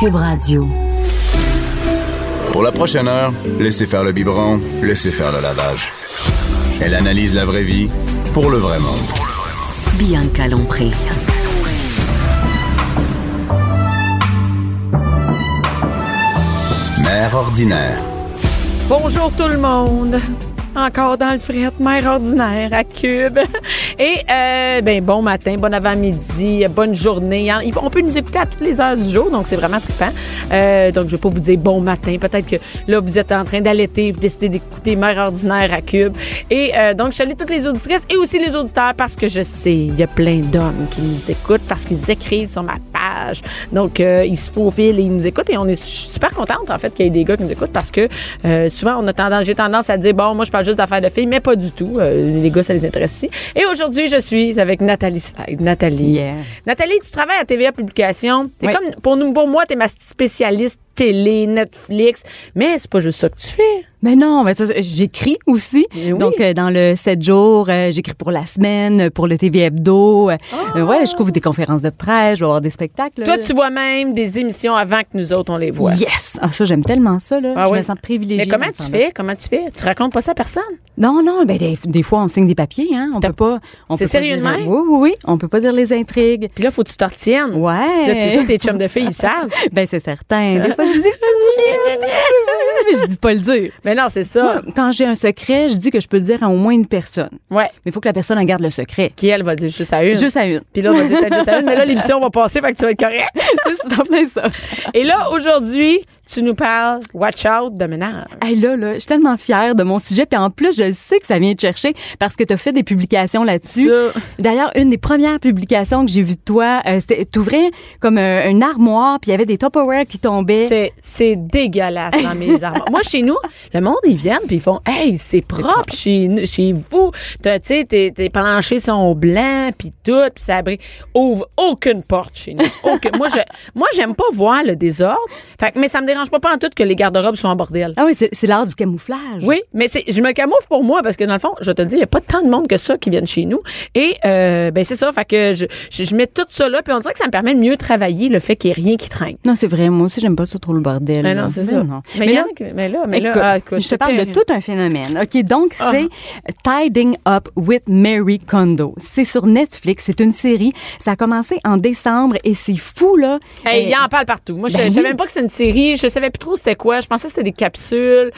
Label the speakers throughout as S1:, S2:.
S1: Cube Radio.
S2: Pour la prochaine heure, laissez faire le biberon, laissez faire le lavage. Elle analyse la vraie vie pour le vrai monde.
S1: Bianca Lompré.
S2: Mère ordinaire.
S3: Bonjour tout le monde. Encore dans le fret, mère ordinaire à Cube. Et euh, ben bon matin, bon avant-midi, bonne journée. Hein. On peut nous écouter à toutes les heures du jour, donc c'est vraiment trippant. Euh, donc je vais pas vous dire bon matin. Peut-être que là vous êtes en train d'allaiter, vous décidez d'écouter mère ordinaire à Cube. Et euh, donc je salue toutes les auditrices et aussi les auditeurs parce que je sais il y a plein d'hommes qui nous écoutent parce qu'ils écrivent sur ma page. Donc euh, ils se faufilent et ils nous écoutent et on est su- super contente en fait qu'il y ait des gars qui nous écoutent parce que euh, souvent on a tendance j'ai tendance à dire bon moi je parle juste d'affaires de filles mais pas du tout Euh, les gars ça les intéresse aussi. Et aujourd'hui je suis avec Nathalie Slide. Nathalie.
S4: Yeah.
S3: Nathalie tu travailles à TVA Publication. T'es
S4: Oui.
S3: comme pour nous pour moi t'es ma spécialiste télé Netflix mais c'est pas juste ça que tu fais.
S4: Mais non, mais ça, j'écris aussi.
S3: Mais oui.
S4: Donc, euh, dans le 7 jours, euh, j'écris pour la semaine, pour le TV Hebdo. Euh, euh, ouais, je couvre des conférences de presse, je vais avoir des spectacles.
S3: Toi tu vois même des émissions avant que nous autres on les voit.
S4: Yes! Ah, ça, j'aime tellement ça, là.
S3: Ah
S4: je
S3: oui.
S4: me sens privilégiée.
S3: Mais comment
S4: dans
S3: tu
S4: ce temps-là.
S3: fais? Comment tu fais? Tu racontes pas ça à personne?
S4: Non, non, ben, des, des fois, on signe des papiers, hein. On
S3: T'as-
S4: peut pas. on
S3: C'est
S4: peut pas
S3: sérieux de
S4: dire-
S3: même?
S4: Oui, oui, oui. On peut pas dire les intrigues.
S3: Puis là, faut que tu t'en retiennes.
S4: Ouais.
S3: Là, tu sais, ça, tes chums de filles, ils savent.
S4: Ben, c'est certain. Des fois, je dis des petites- Mais je dis de pas le dire.
S3: Mais non, c'est ça.
S4: Moi, quand j'ai un secret, je dis que je peux le dire à au moins une personne.
S3: Ouais.
S4: Mais il faut que la personne en garde le secret.
S3: Qui, elle, va dire juste à une.
S4: Juste à une.
S3: Puis là, on va dire peut-être juste à une. Mais là, l'émission va passer, fait que tu vas être correct.
S4: C'est c'est en plein ça.
S3: Et là, aujourd'hui, tu nous parles Watch Out de ménage.
S4: Hey, là, là, je suis tellement fière de mon sujet. Puis en plus, je sais que ça vient te chercher parce que tu as fait des publications là-dessus.
S3: Ça.
S4: D'ailleurs, une des premières publications que j'ai vues de toi, euh, c'était t'ouvrais comme un- une armoire, puis il y avait des Tupperware qui tombaient.
S3: C'est, c'est dégueulasse dans mes armoires. Moi, chez nous, le monde, ils viennent puis ils font Hey, c'est propre chez, nous- chez vous. T'as- Tu sais, tes, tes planchers sont blancs puis tout, puis ça brille. Ouvre aucune porte chez nous. Aucune- moi, je, moi, j'aime pas voir le désordre. Fait, que- mais ça me dérange pas, pas en tout que les garde-robes soient en bordel.
S4: Ah oui, c'est c'est l'art du camouflage.
S3: Oui, mais c'est, je me camoufle pour moi parce que dans le fond, je te le dis, il n'y a pas tant de monde que ça qui viennent chez nous. Et euh, ben c'est ça, fait que je, je, je mets tout ça là, puis on dirait que ça me permet de mieux travailler le fait qu'il n'y ait rien qui traîne.
S4: Non, c'est vrai. Moi aussi, j'aime pas ça trop le bordel.
S3: Mais
S4: là.
S3: non, c'est
S4: Ben
S3: ça.
S4: non.
S3: Mais, là, mais là, mais là,
S4: Écoute,
S3: ah, écoute, Ah.
S4: je te parle de
S3: c'était-
S4: tout un phénomène. OK, donc c'est Tiding Up with Mary Kondo. C'est sur Netflix, c'est une série. Ça a commencé en décembre et c'est fou, là.
S3: Hey,
S4: Euh,
S3: il en parle partout. Moi, je, je
S4: Ben
S3: savais
S4: oui.
S3: même pas que c'était une série. Je savais plus trop c'était quoi. Je pensais que c'était des capsules.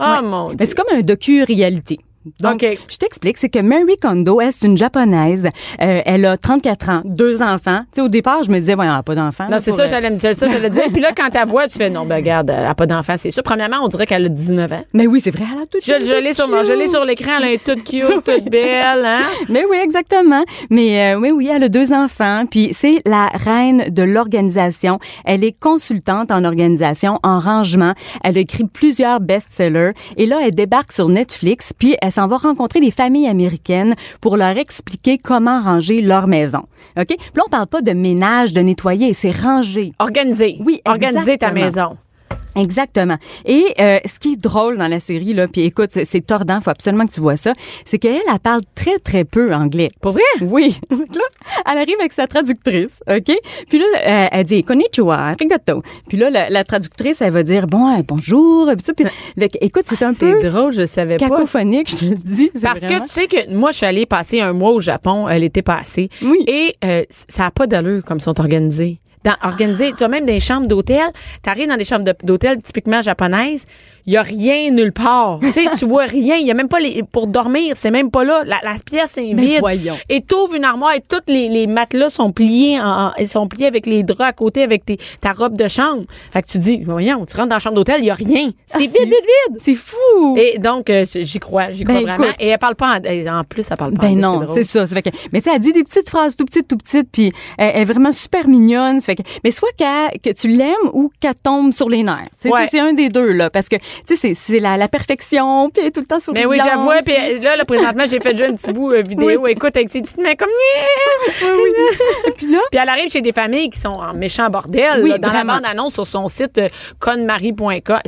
S3: Oh mon
S4: Mais
S3: dieu.
S4: c'est comme un docu-réalité. Donc,
S3: OK.
S4: je t'explique, c'est que Mary Kondo, elle, c'est une japonaise. Euh, elle a 34 ans, deux enfants. Tu sais, au départ, je me disais, voyons, elle a pas d'enfants.
S3: Non,
S4: là,
S3: c'est
S4: pour,
S3: ça,
S4: euh,
S3: j'allais me dire ça, j'allais dire. Puis là, quand ta voix, tu fais non, ben regarde, elle n'a pas d'enfant, c'est sûr. Premièrement, on dirait qu'elle a 19 ans.
S4: Mais oui, c'est vrai, elle a tout
S3: Je, je l'ai sur, moi, je l'ai sur l'écran, elle est toute cute, toute belle, hein?
S4: Mais oui, exactement. Mais euh, oui, oui, elle a deux enfants. Puis c'est la reine de l'organisation. Elle est consultante en organisation, en rangement. Elle a écrit plusieurs best-sellers. Et là, elle débarque sur Netflix. Puis elle s'en va rencontrer des familles américaines pour leur expliquer comment ranger leur maison. OK? Puis là, on parle pas de ménage, de nettoyer. C'est ranger.
S3: Organiser.
S4: Oui,
S3: Organiser ta
S4: exactement.
S3: maison.
S4: Exactement. Et euh, ce qui est drôle dans la série, là, puis écoute, c'est- c'est tordant, faut absolument que tu vois ça, c'est qu'elle, elle parle très, très peu anglais.
S3: Pour vrai?
S4: Oui. Donc là, elle arrive avec sa traductrice, OK? Puis là, euh, elle dit « Konnichiwa, arigato ». Puis là, la, la traductrice, elle va dire « Bon, euh, bonjour ». Puis ça, puis- Fait que, écoute, c'est un peu
S3: Ben, ah, drôle, je savais
S4: cacophonique, je te le dis. c'est
S3: Parce que
S4: vraiment-
S3: tu sais que moi, je suis allée passer un mois au Japon euh, l'été passé.
S4: Oui.
S3: Et euh, ça n'a pas d'allure comme ils sont organisés. dans,
S4: Ah.
S3: organisé. Tu as même des chambres d'hôtel. Tu arrives dans des chambres de- d'hôtel typiquement japonaises. Il y a rien nulle part. tu sais, tu vois rien. Il y a même pas les, pour dormir. C'est même pas là. La, la pièce est
S4: Mais
S3: vide.
S4: Ben voyons.
S3: Et t'ouvres une armoire et tous les, les matelas sont pliés, en, en- ils sont pliés avec les draps à côté, avec tes, ta robe de chambre. Fait que tu dis, voyons, tu rentres dans la chambre d'hôtel, il y a rien. C'est vide,
S4: Ah, c'est-
S3: vide, vide.
S4: C'est fou!
S3: Et donc, euh, j'y crois, j'y crois
S4: Ben,
S3: vraiment.
S4: écoute.
S3: Et elle parle pas, en, et en plus, elle parle pas
S4: Ben
S3: anglais,
S4: non,
S3: drôle.
S4: c'est ça. ça fait que, mais tu sais, elle dit des petites phrases tout petites, tout petites, puis elle, elle est vraiment super mignonne. ça fait que, mais soit qu'elle- que tu l'aimes ou qu'elle tombe sur les nerfs. C'est
S3: Ouais.
S4: c'est un des deux, là, parce que, tu sais, c'est- c'est la, la perfection, puis elle est tout le temps sur
S3: Mais Ben oui, j'avoue. Puis euh, là, là, présentement, j'ai fait déjà un petit bout euh, vidéo. Écoute, avec ses petites mains comme...
S4: Puis là,
S3: Puis elle arrive chez des familles qui sont en méchant bordel.
S4: Oui,
S3: là, dans
S4: vraiment.
S3: la bande-annonce sur son site euh, conmarie.com,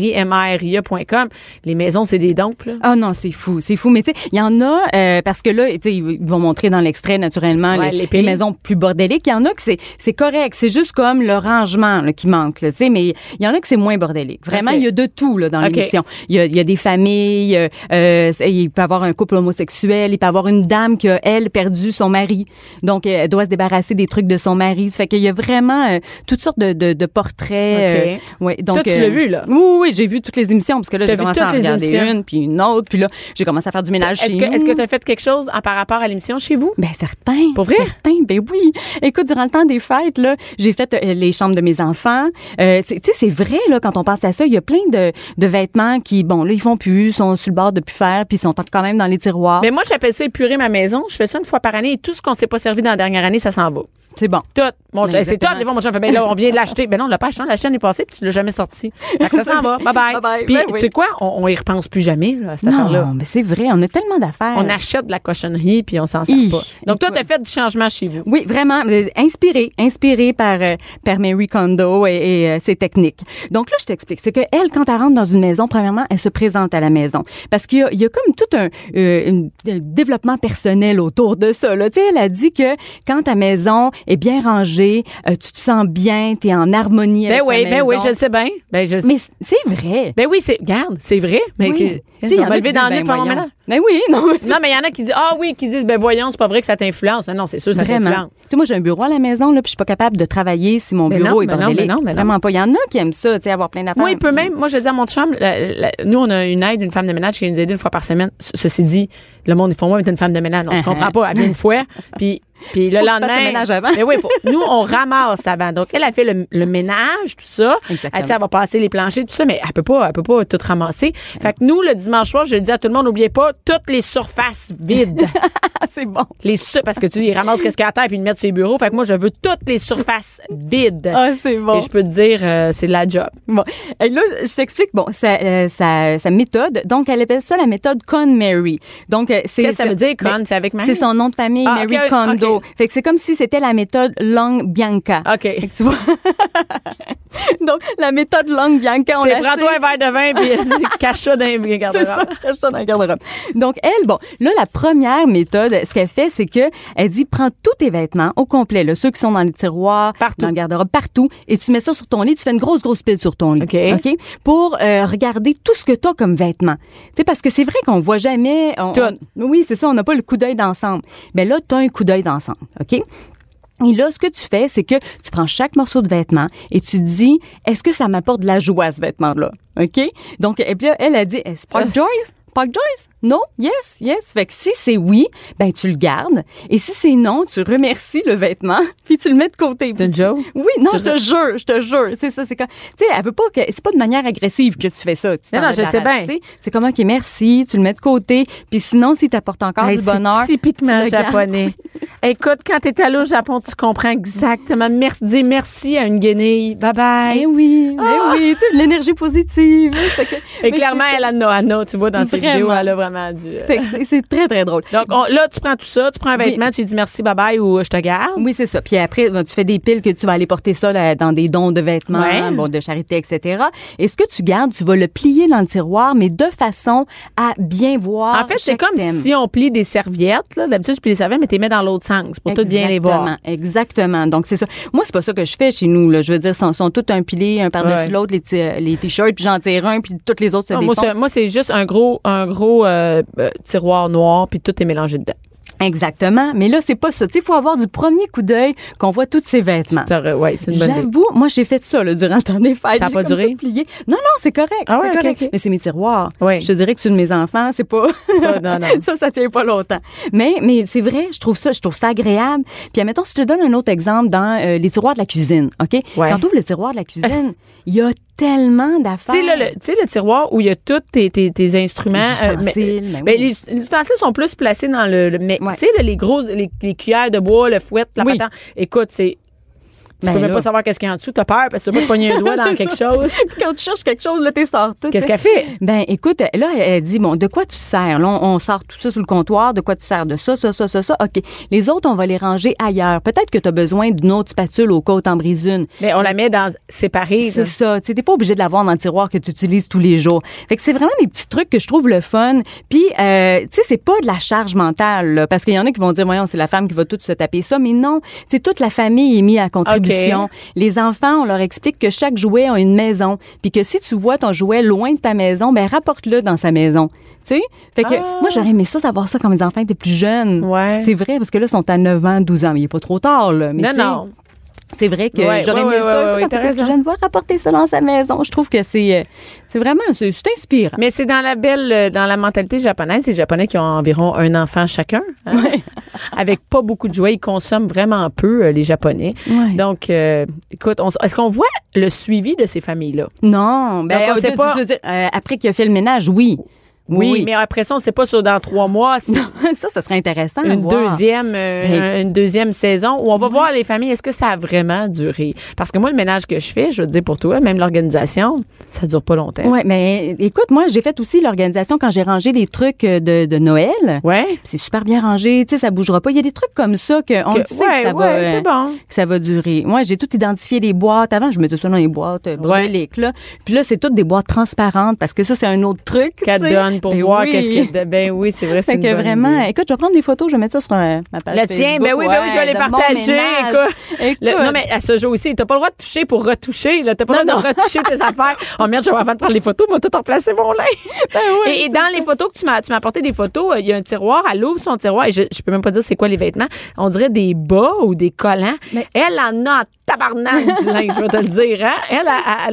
S3: K-O-N-Marie-M-A-R-I-E.com. Les maisons, c'est des dons, là.
S4: Ah non, c'est fou, c'est fou. Mais tu sais, il y en a euh, parce que là, tu sais, ils vont montrer dans l'extrait naturellement
S3: Ouais,
S4: les,
S3: les pays.
S4: les maisons plus bordéliques. Il y en a que c'est c'est correct, c'est juste comme le rangement là, qui manque, là, tu sais. Mais il y en a que c'est moins bordélique. Vraiment,
S3: Ok.
S4: il y a de tout là dans
S3: Ok.
S4: l'émission. Il y a, il y a des familles, euh, euh, c'est- il peut y avoir un couple homosexuel, il peut y avoir une dame qui a elle perdu son mari, donc euh, elle doit se débarrasser des trucs de son mari. Ça fait qu'il y a vraiment euh, toutes sortes de, de, de portraits.
S3: Ok.
S4: euh, ouais,
S3: Toi,
S4: donc
S3: tu
S4: euh,
S3: l'as vu, là?
S4: Oui, oui, oui, j'ai vu toutes les émissions parce que là
S3: T'as
S4: j'ai
S3: vu
S4: commencé à en
S3: toutes les
S4: regarder
S3: émissions?
S4: une puis une autre, puis là, j'ai commencé à faire du ménage
S3: Est-ce
S4: chez
S3: que
S4: nous.
S3: est-ce que t'as fait quelque chose en, par rapport à l'émission chez vous?
S4: Ben certain.
S3: Pour vrai?
S4: Certain, ben oui. Écoute, durant le temps des fêtes, là, j'ai fait euh, les chambres de mes enfants. Euh, c'est- tu sais, c'est vrai, là, quand on pense à ça, il y a plein de, de vêtements qui, bon, là, ils font plus, sont sur le bord de plus faire, puis ils sont quand même dans les tiroirs.
S3: Mais Ben, moi, j'appelle ça épurer ma maison. Je fais ça une fois par année et tout ce qu'on s'est pas servi dans la dernière année, ça s'en va.
S4: C'est bon.
S3: Tout. Mon
S4: Ben,
S3: chum- c'est
S4: exactement.
S3: top. Des fois, mon chum fait, ben là, on vient de l'acheter. Ben non, on l'a pas acheté. On l'a acheté l'année passée puis tu l'as jamais sorti. Fait que ça s'en va. Bye bye.
S4: Bye-bye.
S3: Puis,
S4: Ben
S3: tu
S4: oui.
S3: sais quoi? On, on y repense plus jamais, là, à cette affaire-là.
S4: Non, mais c'est vrai, on a tellement d'affaires.
S3: On achète de la cochonnerie puis on s'en sert
S4: Hi.
S3: pas. Donc, toi,
S4: Écoute.
S3: t'as fait du changement chez vous.
S4: Oui, vraiment, euh, inspirée, inspirée par, euh, par Mary Kondo et, et, euh, ses techniques. Donc là, je t'explique. C'est que elle, quand elle rentre dans une maison, premièrement, elle se présente à la maison. Parce qu'il y a, il y a comme tout un, euh, une- un développement personnel autour de ça. Là. Tu sais, elle a dit que quand ta maison est bien rangée, euh, tu te sens bien, tu es en harmonie
S3: Ben
S4: avec
S3: oui,
S4: ta
S3: ben
S4: maison.
S3: oui, je le sais bien. Ben, je
S4: Mais c'est vrai.
S3: ben oui, c'est, garde, c'est vrai. Ben, Mais
S4: Oui.
S3: que-
S4: Tu sais, il y
S3: on
S4: en
S3: va
S4: a
S3: lever
S4: qui
S3: dans
S4: disent,
S3: le nez,
S4: ben,
S3: faire mon
S4: voyons.
S3: ménage.
S4: Ben oui, non. mais-
S3: Non, mais il y en a qui disent, ah oui, qui disent, ben voyons, c'est pas vrai que ça t'influence. Non, non, c'est sûr, ça
S4: Vraiment.
S3: t'influence.
S4: Tu sais, moi, j'ai un bureau à la maison, là, puis je suis pas capable de travailler si mon
S3: Mais
S4: bureau
S3: non,
S4: est
S3: mais non, mais
S4: bordélique.
S3: non, mais non.
S4: Vraiment pas. Il y en a qui aiment ça, tu sais, avoir plein d'affaires.
S3: Moi, il peut même. Moi, je dis à mon chum, la- la- nous, on a une aide, une femme de ménage qui nous aide une fois par semaine. Ce- Ceci dit, le monde, ils font moi, mais t'es une femme de ménage. On
S4: Uh-huh.
S3: se comprend pas. Elle vient une fois, puis. Puis le
S4: Faut que tu
S3: lendemain.
S4: fasses le ménage avant.
S3: Mais oui, faut- nous, on ramasse avant. Donc, elle a fait le, le ménage, tout ça.
S4: Exactement.
S3: Elle, tu sais, elle va passer les planchers, tout ça, mais elle peut pas, elle peut pas tout ramasser. Fait que nous, le dimanche soir, je dis à tout le monde, n'oubliez pas toutes les surfaces vides.
S4: Ah, c'est bon.
S3: les sur, parce que tu dis, ils ramassent qu'est-ce qu'il y a à terre puis ils le mettent sur les bureaux. Fait que moi, je veux toutes les surfaces vides.
S4: Ah, c'est bon.
S3: Euh, Et je peux te dire, euh, c'est de la job.
S4: Bon. Et là, je t'explique, bon, sa, euh, sa, sa méthode. Donc, elle appelle ça la méthode Con Mary. Donc, euh, c'est.
S3: Qu'est-ce que ça
S4: c'est-
S3: veut dire, Con?
S4: Ben,
S3: C'est avec Mary?
S4: C'est son nom de famille,
S3: Ah,
S4: Mary
S3: ok,
S4: Kondo.
S3: ok.
S4: Fait que c'est comme si c'était la méthode Long Bianca.
S3: OK.
S4: Fait que tu vois. Donc, la méthode Long Bianca, on
S3: C'est
S4: la sait.
S3: prends-toi un verre de vin puis euh, cache ça dans les
S4: C'est
S3: garde-robes.
S4: ça, cache ça dans le garde-robe. Donc, elle, bon, là, la première méthode, ce qu'elle fait, c'est que elle dit, prends tous tes vêtements au complet, là, ceux qui sont dans les tiroirs,
S3: Partout.
S4: dans le garde-robe, partout, et tu mets ça sur ton lit, tu fais une grosse, grosse pile sur ton lit.
S3: OK.
S4: Pour euh, regarder tout ce que tu as comme vêtements. Tu sais, parce que c'est vrai qu'on voit jamais... on-
S3: Tout.
S4: on- oui, c'est ça, on n'a pas le coup d'œil d'ensemble. Mais là, tu as un coup d'œil d'ensemble, OK? Et là, ce que tu fais, c'est que tu prends chaque morceau de vêtement et tu te dis, est-ce que ça m'apporte de la joie, ce vêtement-là? OK? Donc, et puis là, elle a dit, est-ce pas Joyce? Pas Joyce? Non? Yes, yes. Fait que si c'est oui, ben, tu le gardes. Et si c'est non, tu remercies le vêtement, puis tu le mets de côté.
S3: C'est une
S4: Puis tu-
S3: joke?
S4: Oui, non,
S3: C'est
S4: je te jure, je te jure. C'est ça, c'est quand, tu sais, elle veut pas que, c'est pas de manière agressive que tu fais ça. Tu
S3: Non,
S4: t'en
S3: non, je le sais
S4: débarrasses,
S3: bien.
S4: tu sais. C'est comme, OK, merci, tu le mets de côté, puis sinon, si t'apporte encore
S3: Hey,
S4: du
S3: c'est
S4: bonheur.
S3: typiquement
S4: tu le gardes.
S3: japonais. Écoute, quand t'es allé au Japon, tu comprends exactement. Merci, dis merci à une guenille. Bye bye.
S4: Eh oui, eh oui, tu sais, de l'énergie positive. Fait que-
S3: Et
S4: mais
S3: clairement, elle a Noana, tu vois, dans ses
S4: Vraiment.
S3: vidéos, elle a vraiment dû. euh,
S4: c'est- fait que c'est- c'est très, très drôle.
S3: Donc on- là, tu prends tout ça, tu prends un
S4: Oui.
S3: vêtement, tu lui dis merci, bye bye ou euh, je te garde.
S4: Oui, c'est ça. Puis après, ben, tu fais des piles que tu vas aller porter ça là, dans des dons de vêtements,
S3: Ouais.
S4: bon, de charité, etc. Et ce que tu gardes, tu vas le plier dans le tiroir, mais de façon à bien voir.
S3: En fait, c'est
S4: chaque
S3: comme
S4: thème.
S3: si on plie des serviettes. là. D'habitude, je plie les serviettes, mais tu les mets dans l'autre sens pour tout bien les voir.
S4: Exactement, exactement. Donc, c'est ça. Moi, c'est pas ça que je fais chez nous. Là. Je veux dire, ils sont, sont tous un pilé, un par-dessus
S3: Ouais.
S4: l'autre, les t- les t-shirts, puis j'en tire un, puis toutes les autres se
S3: Non, Ah, moi,
S4: défont.
S3: c'est- moi, c'est juste un gros, un gros euh, euh, tiroir noir, puis tout est mélangé dedans.
S4: Exactement. Mais là, c'est pas ça. Il faut avoir du premier coup d'œil qu'on voit tous ces vêtements.
S3: Ça aurait- ouais, c'est une bonne idée.
S4: J'avoue, moi, j'ai fait ça là, durant le temps des fêtes.
S3: Ça a
S4: J'ai
S3: pas
S4: comme
S3: duré?
S4: tout plié. Non, non, c'est correct.
S3: Ah ouais,
S4: c'est
S3: ok,
S4: correct.
S3: ok.
S4: Mais c'est mes tiroirs.
S3: Ouais.
S4: Je te dirais que ceux de mes enfants, c'est pas...
S3: pas- non, non.
S4: ça, ça tient pas longtemps. Mais, mais c'est vrai, je trouve ça, je trouve ça agréable. Puis, admettons, si je te donne un autre exemple dans euh, les tiroirs de la cuisine, OK?
S3: Ouais.
S4: Quand tu le tiroir de la cuisine, il y a tellement d'affaires.
S3: Tu sais, là, le, tu sais, le tiroir où il y a tous tes, tes, tes instruments.
S4: Les
S3: mais-
S4: ustensiles, ben
S3: ben,
S4: oui.
S3: les, les ustensiles sont plus placés dans le. le- mais
S4: Ouais.
S3: tu sais, là, les grosses. Les, les cuillères de bois, le fouet, la
S4: Oui.
S3: patente. Écoute, c'est. Tu
S4: Ben
S3: peux même
S4: là.
S3: pas savoir qu'est-ce qu'il y a en dessous. T'as peur parce que tu peux pas te pogner un doigt dans
S4: C'est
S3: quelque
S4: ça.
S3: chose.
S4: Quand tu cherches quelque chose, là, tu sors tout.
S3: Qu'est-ce
S4: tu sais.
S3: qu'elle fait?
S4: Ben, écoute, là, elle dit, bon, de quoi tu te sers? Là, on, on sort tout ça sur le comptoir. De quoi tu te sers? De ça, ça, ça, ça, ça. OK. Les autres, on va les ranger ailleurs. Peut-être que tu as besoin d'une autre spatule au cas où t'en brises une.
S3: Mais Ben, on la met dans. séparée.
S4: C'est
S3: là.
S4: ça. Tu n'es pas obligé de l'avoir dans le tiroir que tu utilises tous les jours. Fait que c'est vraiment des petits trucs que je trouve le fun. Puis, euh, tu sais, c'est pas de la charge mentale, là, parce qu'il y en a qui vont dire, voyons, c'est la femme qui va tout se taper ça. Mais non, c'est toute la famille est mise à contribution. Les enfants, on leur explique que chaque jouet a une maison, puis que si tu vois ton jouet loin de ta maison, ben rapporte-le dans sa maison. Tu sais? Fait que
S3: Ah.
S4: moi, j'aurais aimé ça, savoir ça quand mes enfants étaient plus jeunes.
S3: Ouais.
S4: C'est vrai, parce que là, ils sont à 9 ans, 12 ans. Mais il est pas trop tard, là. Mais
S3: Non,
S4: tu sais,
S3: non.
S4: c'est vrai que
S3: Ouais,
S4: j'aurais
S3: ouais,
S4: aimé
S3: ouais,
S4: ça.
S3: ouais,
S4: Tu sais,
S3: ouais,
S4: quand
S3: t'as
S4: t'es plus
S3: raison.
S4: jeune, voir rapporter ça dans sa maison. Je trouve que c'est, euh, c'est vraiment, c'est, c'est inspirant.
S3: Mais c'est dans la belle, euh, dans la mentalité japonaise, les Japonais qui ont environ un enfant chacun, hein. avec pas beaucoup de jouets, ils consomment vraiment peu euh, les Japonais.
S4: Ouais.
S3: Donc, euh, écoute, on s- est-ce qu'on voit le suivi de ces familles-là
S4: Non, ben,
S3: Donc, on
S4: euh,
S3: sait
S4: tu-
S3: pas.
S4: tu veux dire, euh, après qu'il a fait le ménage, oui.
S3: mais après ça, on sait pas sur dans trois mois, c'est
S4: ça, ça serait intéressant. à
S3: une
S4: voir.
S3: deuxième, euh,
S4: Ben-
S3: une deuxième saison où on va voir les familles. Est-ce que ça a vraiment duré Parce que moi, le ménage que je fais, je veux te dire pour toi, même l'organisation, ça dure pas longtemps.
S4: Ouais, mais écoute, moi, j'ai fait aussi l'organisation quand j'ai rangé les trucs euh, de, de Noël.
S3: Ouais.
S4: C'est super bien rangé, tu sais, ça bougera pas. Il y a des trucs comme ça que on
S3: Que-
S4: le sait
S3: ouais,
S4: que ça va,
S3: ouais,
S4: euh,
S3: c'est bon.
S4: que ça va durer. Moi, j'ai tout identifié les boîtes. Avant, je mettais ça dans les boîtes euh, bordéliques, là. Puis là, c'est toutes des boîtes transparentes parce que ça, c'est un autre truc.
S3: Qu'elle
S4: tu sais.
S3: donne pour
S4: Ben
S3: voir
S4: oui.
S3: qu'est-ce qu'il y a de- Ben oui, c'est vrai, c'est
S4: Fait
S3: une
S4: que
S3: bonne
S4: vraiment,
S3: idée.
S4: écoute, je vais prendre des photos, je vais mettre ça sur euh, ma page.
S3: Le tien, ben
S4: Facebook.
S3: oui, ben oui, je vais
S4: Ouais,
S3: les
S4: de mon
S3: partager.
S4: ménage.
S3: écoute.
S4: Écoute.
S3: Le- non, mais à ce jour aussi, t'as pas le droit de toucher pour retoucher. Là, t'as pas le
S4: Non,
S3: droit de retoucher tes affaires. Oh merde, j'avais avant de prendre les photos, moi, tout remplacé mon linge.
S4: oui,
S3: et, et dans les photos que tu m'as, tu m'as apporté des photos, euh, il y a un tiroir, elle ouvre son tiroir, et je, je peux même pas dire c'est quoi les vêtements. On dirait des bas ou des collants.
S4: Mais-
S3: Elle en a en tabarnak du linge, je vais te le dire, hein. Elle, elle,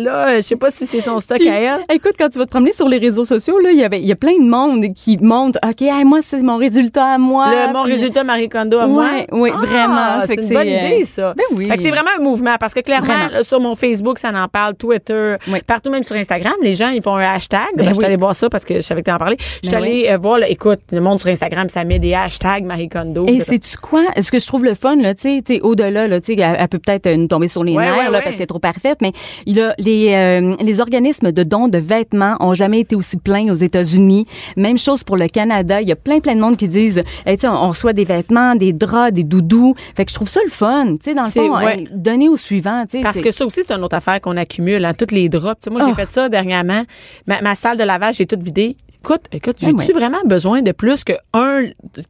S3: elle a, euh, je sais pas si c'est son stock
S4: Puis,
S3: à elle.
S4: Écoute, quand tu vas te promener sur les réseaux sociaux, là, il y avait, il y a plein de monde qui monte. Ok, hey, moi c'est mon résultat à moi.
S3: Le, mon
S4: Ah, Puis-
S3: résultat Marie Kondo à moi. Ah,
S4: Ouais, ouais, vraiment. Ça fait
S3: C'est
S4: que
S3: une
S4: c'est,
S3: bonne
S4: euh,
S3: idée, ça.
S4: ben oui.
S3: Fait que c'est vraiment un mouvement parce que clairement,
S4: Vraiment.
S3: là, sur mon Facebook, ça en parle, Twitter,
S4: Oui.
S3: partout même sur Instagram, les gens, ils font un hashtag. Ben, Je suis
S4: oui.
S3: allée voir ça parce que je savais que t'en parlais. Je suis
S4: Ben
S3: allée euh, voir, là, écoute, le monde sur Instagram, ça met des hashtags Marie Kondo.
S4: Et c'est-tu quoi? Ce que je trouve le fun, là, tu sais, tu sais, au-delà, là, tu sais, elle, elle peut peut-être euh, nous tomber sur les
S3: Ouais,
S4: nerfs,
S3: ouais,
S4: là,
S3: ouais.
S4: parce qu'elle est trop parfaite, mais il a, les, euh, les organismes de dons de vêtements ont jamais été aussi pleins aux États-Unis. Même chose pour le Canada. Il y a plein, plein de monde qui disent, hey, tu sais, on, on reçoit des vêtements, des draps, des doudous. Fait que je trouve ça le fun, tu sais, dans le
S3: C'est-
S4: fond,
S3: ouais.
S4: euh, donner au suivant, tu sais.
S3: Parce
S4: c'est-
S3: que ça aussi, c'est une autre affaire qu'on accumule, hein, toutes les drops. Tu sais, moi, j'ai
S4: Oh.
S3: fait ça dernièrement. Ma, ma salle de lavage, j'ai toute vidée. Écoute, écoute,
S4: Ah
S3: j'ai-tu
S4: ouais.
S3: vraiment besoin de plus qu'un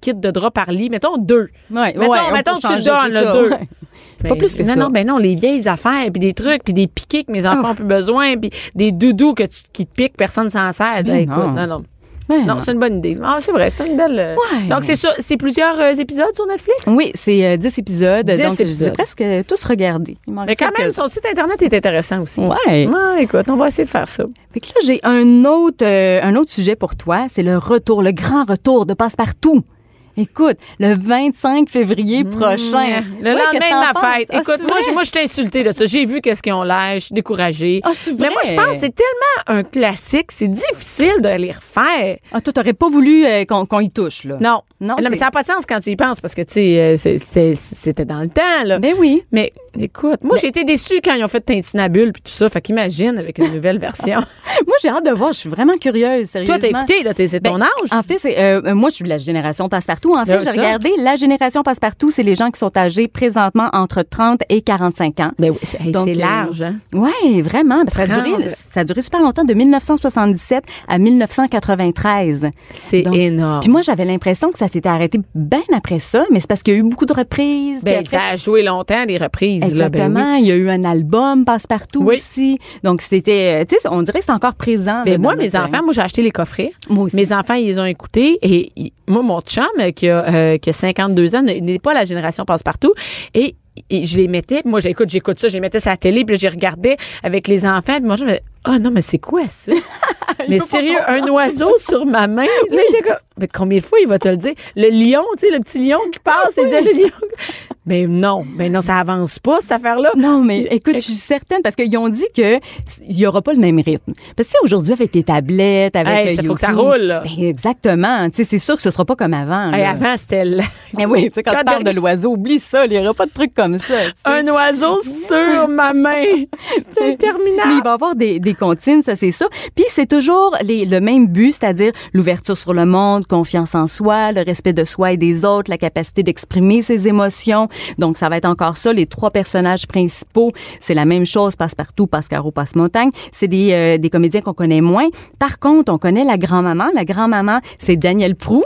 S3: kit de draps par lit? Mettons deux.
S4: Ouais,
S3: mettons,
S4: ouais, on
S3: mettons
S4: peut
S3: tu
S4: changer,
S3: donnes
S4: c'est
S3: le
S4: ça,
S3: deux.
S4: ouais.
S3: Mais-
S4: Pas plus que
S3: non,
S4: ça. Oh.
S3: Non, ben non, les vieilles affaires, puis des trucs, puis des piquets que mes enfants ont plus besoin, puis des doudous que tu- qui te piquent, personne s'en sert.
S4: Ben
S3: Hey, écoute,
S4: non.
S3: non, non.
S4: Ouais,
S3: Non,
S4: non.
S3: c'est une bonne idée. Ah, c'est vrai, c'est une belle. euh,
S4: Ouais.
S3: Donc, c'est ça, c'est plusieurs euh, épisodes sur Netflix.
S4: Oui, c'est euh, 10 épisodes,
S3: 10
S4: donc je les ai
S3: épisodes.
S4: presque tous regardés. Il m'en
S3: Mais
S4: reste
S3: quand même,
S4: quelques-uns.
S3: son site Internet est intéressant aussi.
S4: Ouais. Ben,
S3: Ouais, écoute, on va essayer de faire ça.
S4: Fait que là, j'ai un autre, euh, un autre sujet pour toi. C'est le retour, le grand retour de Passepartout. Écoute, le 25 février prochain.
S3: Mmh. Le
S4: Ouais, qu'est-ce
S3: lendemain
S4: que t'en
S3: de la fête.
S4: penses? Ah,
S3: Écoute,
S4: c'est
S3: moi,
S4: vrai?
S3: je, moi, je t'ai insulté de ça. J'ai vu qu'est-ce qu'ils ont l'air. Je suis découragée.
S4: Ah, c'est
S3: Mais moi, je
S4: vrai?
S3: pense que c'est tellement un classique. C'est difficile de les refaire.
S4: Ah, toi, t'aurais pas voulu euh, qu'on qu'on y touche, là.
S3: Non.
S4: Non,
S3: mais
S4: c'est-
S3: ça n'a pas de sens quand tu y penses parce que, tu sais, euh, c'est- c'est- c'était dans le temps, là.
S4: Ben oui. Ben
S3: Mais écoute, moi, j'ai été déçue quand ils ont fait Tintinabule puis tout ça. Fait qu'imagine avec une nouvelle version.
S4: Moi, j'ai hâte de voir. Je suis vraiment curieuse,
S3: Toi,
S4: sérieusement.
S3: t'as écouté, là, t'es- c'est ton
S4: Ben,
S3: âge.
S4: En fait, c'est, euh, moi, je suis de la génération passe-partout. En fait,
S3: Bien
S4: j'ai
S3: sûr.
S4: regardé la génération passe-partout, c'est les gens qui sont âgés présentement entre 30 et 45 ans.
S3: Ben oui, c'est hey,
S4: Donc,
S3: c'est
S4: euh,
S3: large, hein.
S4: Oui, vraiment. Ça a, duré,
S3: 30.
S4: ça a duré super longtemps, de 1977 à 1993.
S3: C'est
S4: Donc,
S3: énorme.
S4: Puis moi, j'avais l'impression que ça s'était arrêté bien après ça, mais c'est parce qu'il y a eu beaucoup de reprises. puis
S3: ben,
S4: après-
S3: ça a joué longtemps, les reprises, là. Ben oui.
S4: Exactement. Il y a eu un album passe-partout
S3: Oui.
S4: aussi. Donc, c'était, euh, tu sais, on dirait que c'est encore présent.
S3: Ben,
S4: là,
S3: moi,
S4: dans
S3: mes
S4: notre-
S3: enfants, moi, j'ai acheté les coffrets.
S4: Moi aussi.
S3: Mes enfants, ils les ont écoutés. Et ils- moi, mon chum, euh, qui a, euh, qui a 52 ans, n'est pas la génération passe-partout. Et et je les mettais. Moi, j'écoute, j'écoute ça, je les mettais sur la télé, puis là, j'y regardais avec les enfants. Puis moi, je me disais, ah oh, non, mais c'est quoi ça? mais sérieux, un oiseau sur ma main. Là, il était comme, mais combien de fois il va te le dire? Le lion, tu sais, le petit lion qui passe, il dit, le lion. Mais non, mais non, ça avance pas, cette affaire-là.
S4: Non, mais écoute, je suis certaine, parce qu'ils ont dit que il y aura pas le même rythme. Parce que tu sais, aujourd'hui, avec les tablettes, avec
S3: Hey,
S4: euh,
S3: ça faut
S4: YouTube,
S3: que ça roule, là.
S4: ben, exactement. Tu sais, c'est sûr que ce sera pas comme avant.
S3: Hey,
S4: là.
S3: avant, c'était le-
S4: Mais Eh oui, tu sais, quand, tu parles de l'oiseau, oublie ça. Il n'y aura pas de trucs comme ça. tu sais.
S3: un oiseau sur ma main. C'est
S4: Mais il
S3: interminable.
S4: va y avoir des, des comptines, ça c'est sûr. Puis c'est toujours les- le même but, c'est-à-dire l'ouverture sur le monde, confiance en soi, le respect de soi et des autres, la capacité d'exprimer ses émotions. Donc ça va être encore ça, les trois personnages principaux. C'est la même chose, Passe-Partout, Pascaro, Passe-Montagne. C'est des, euh, des comédiens qu'on connaît moins. Par contre, on connaît la grand-maman. La grand-maman, c'est Daniel Prou.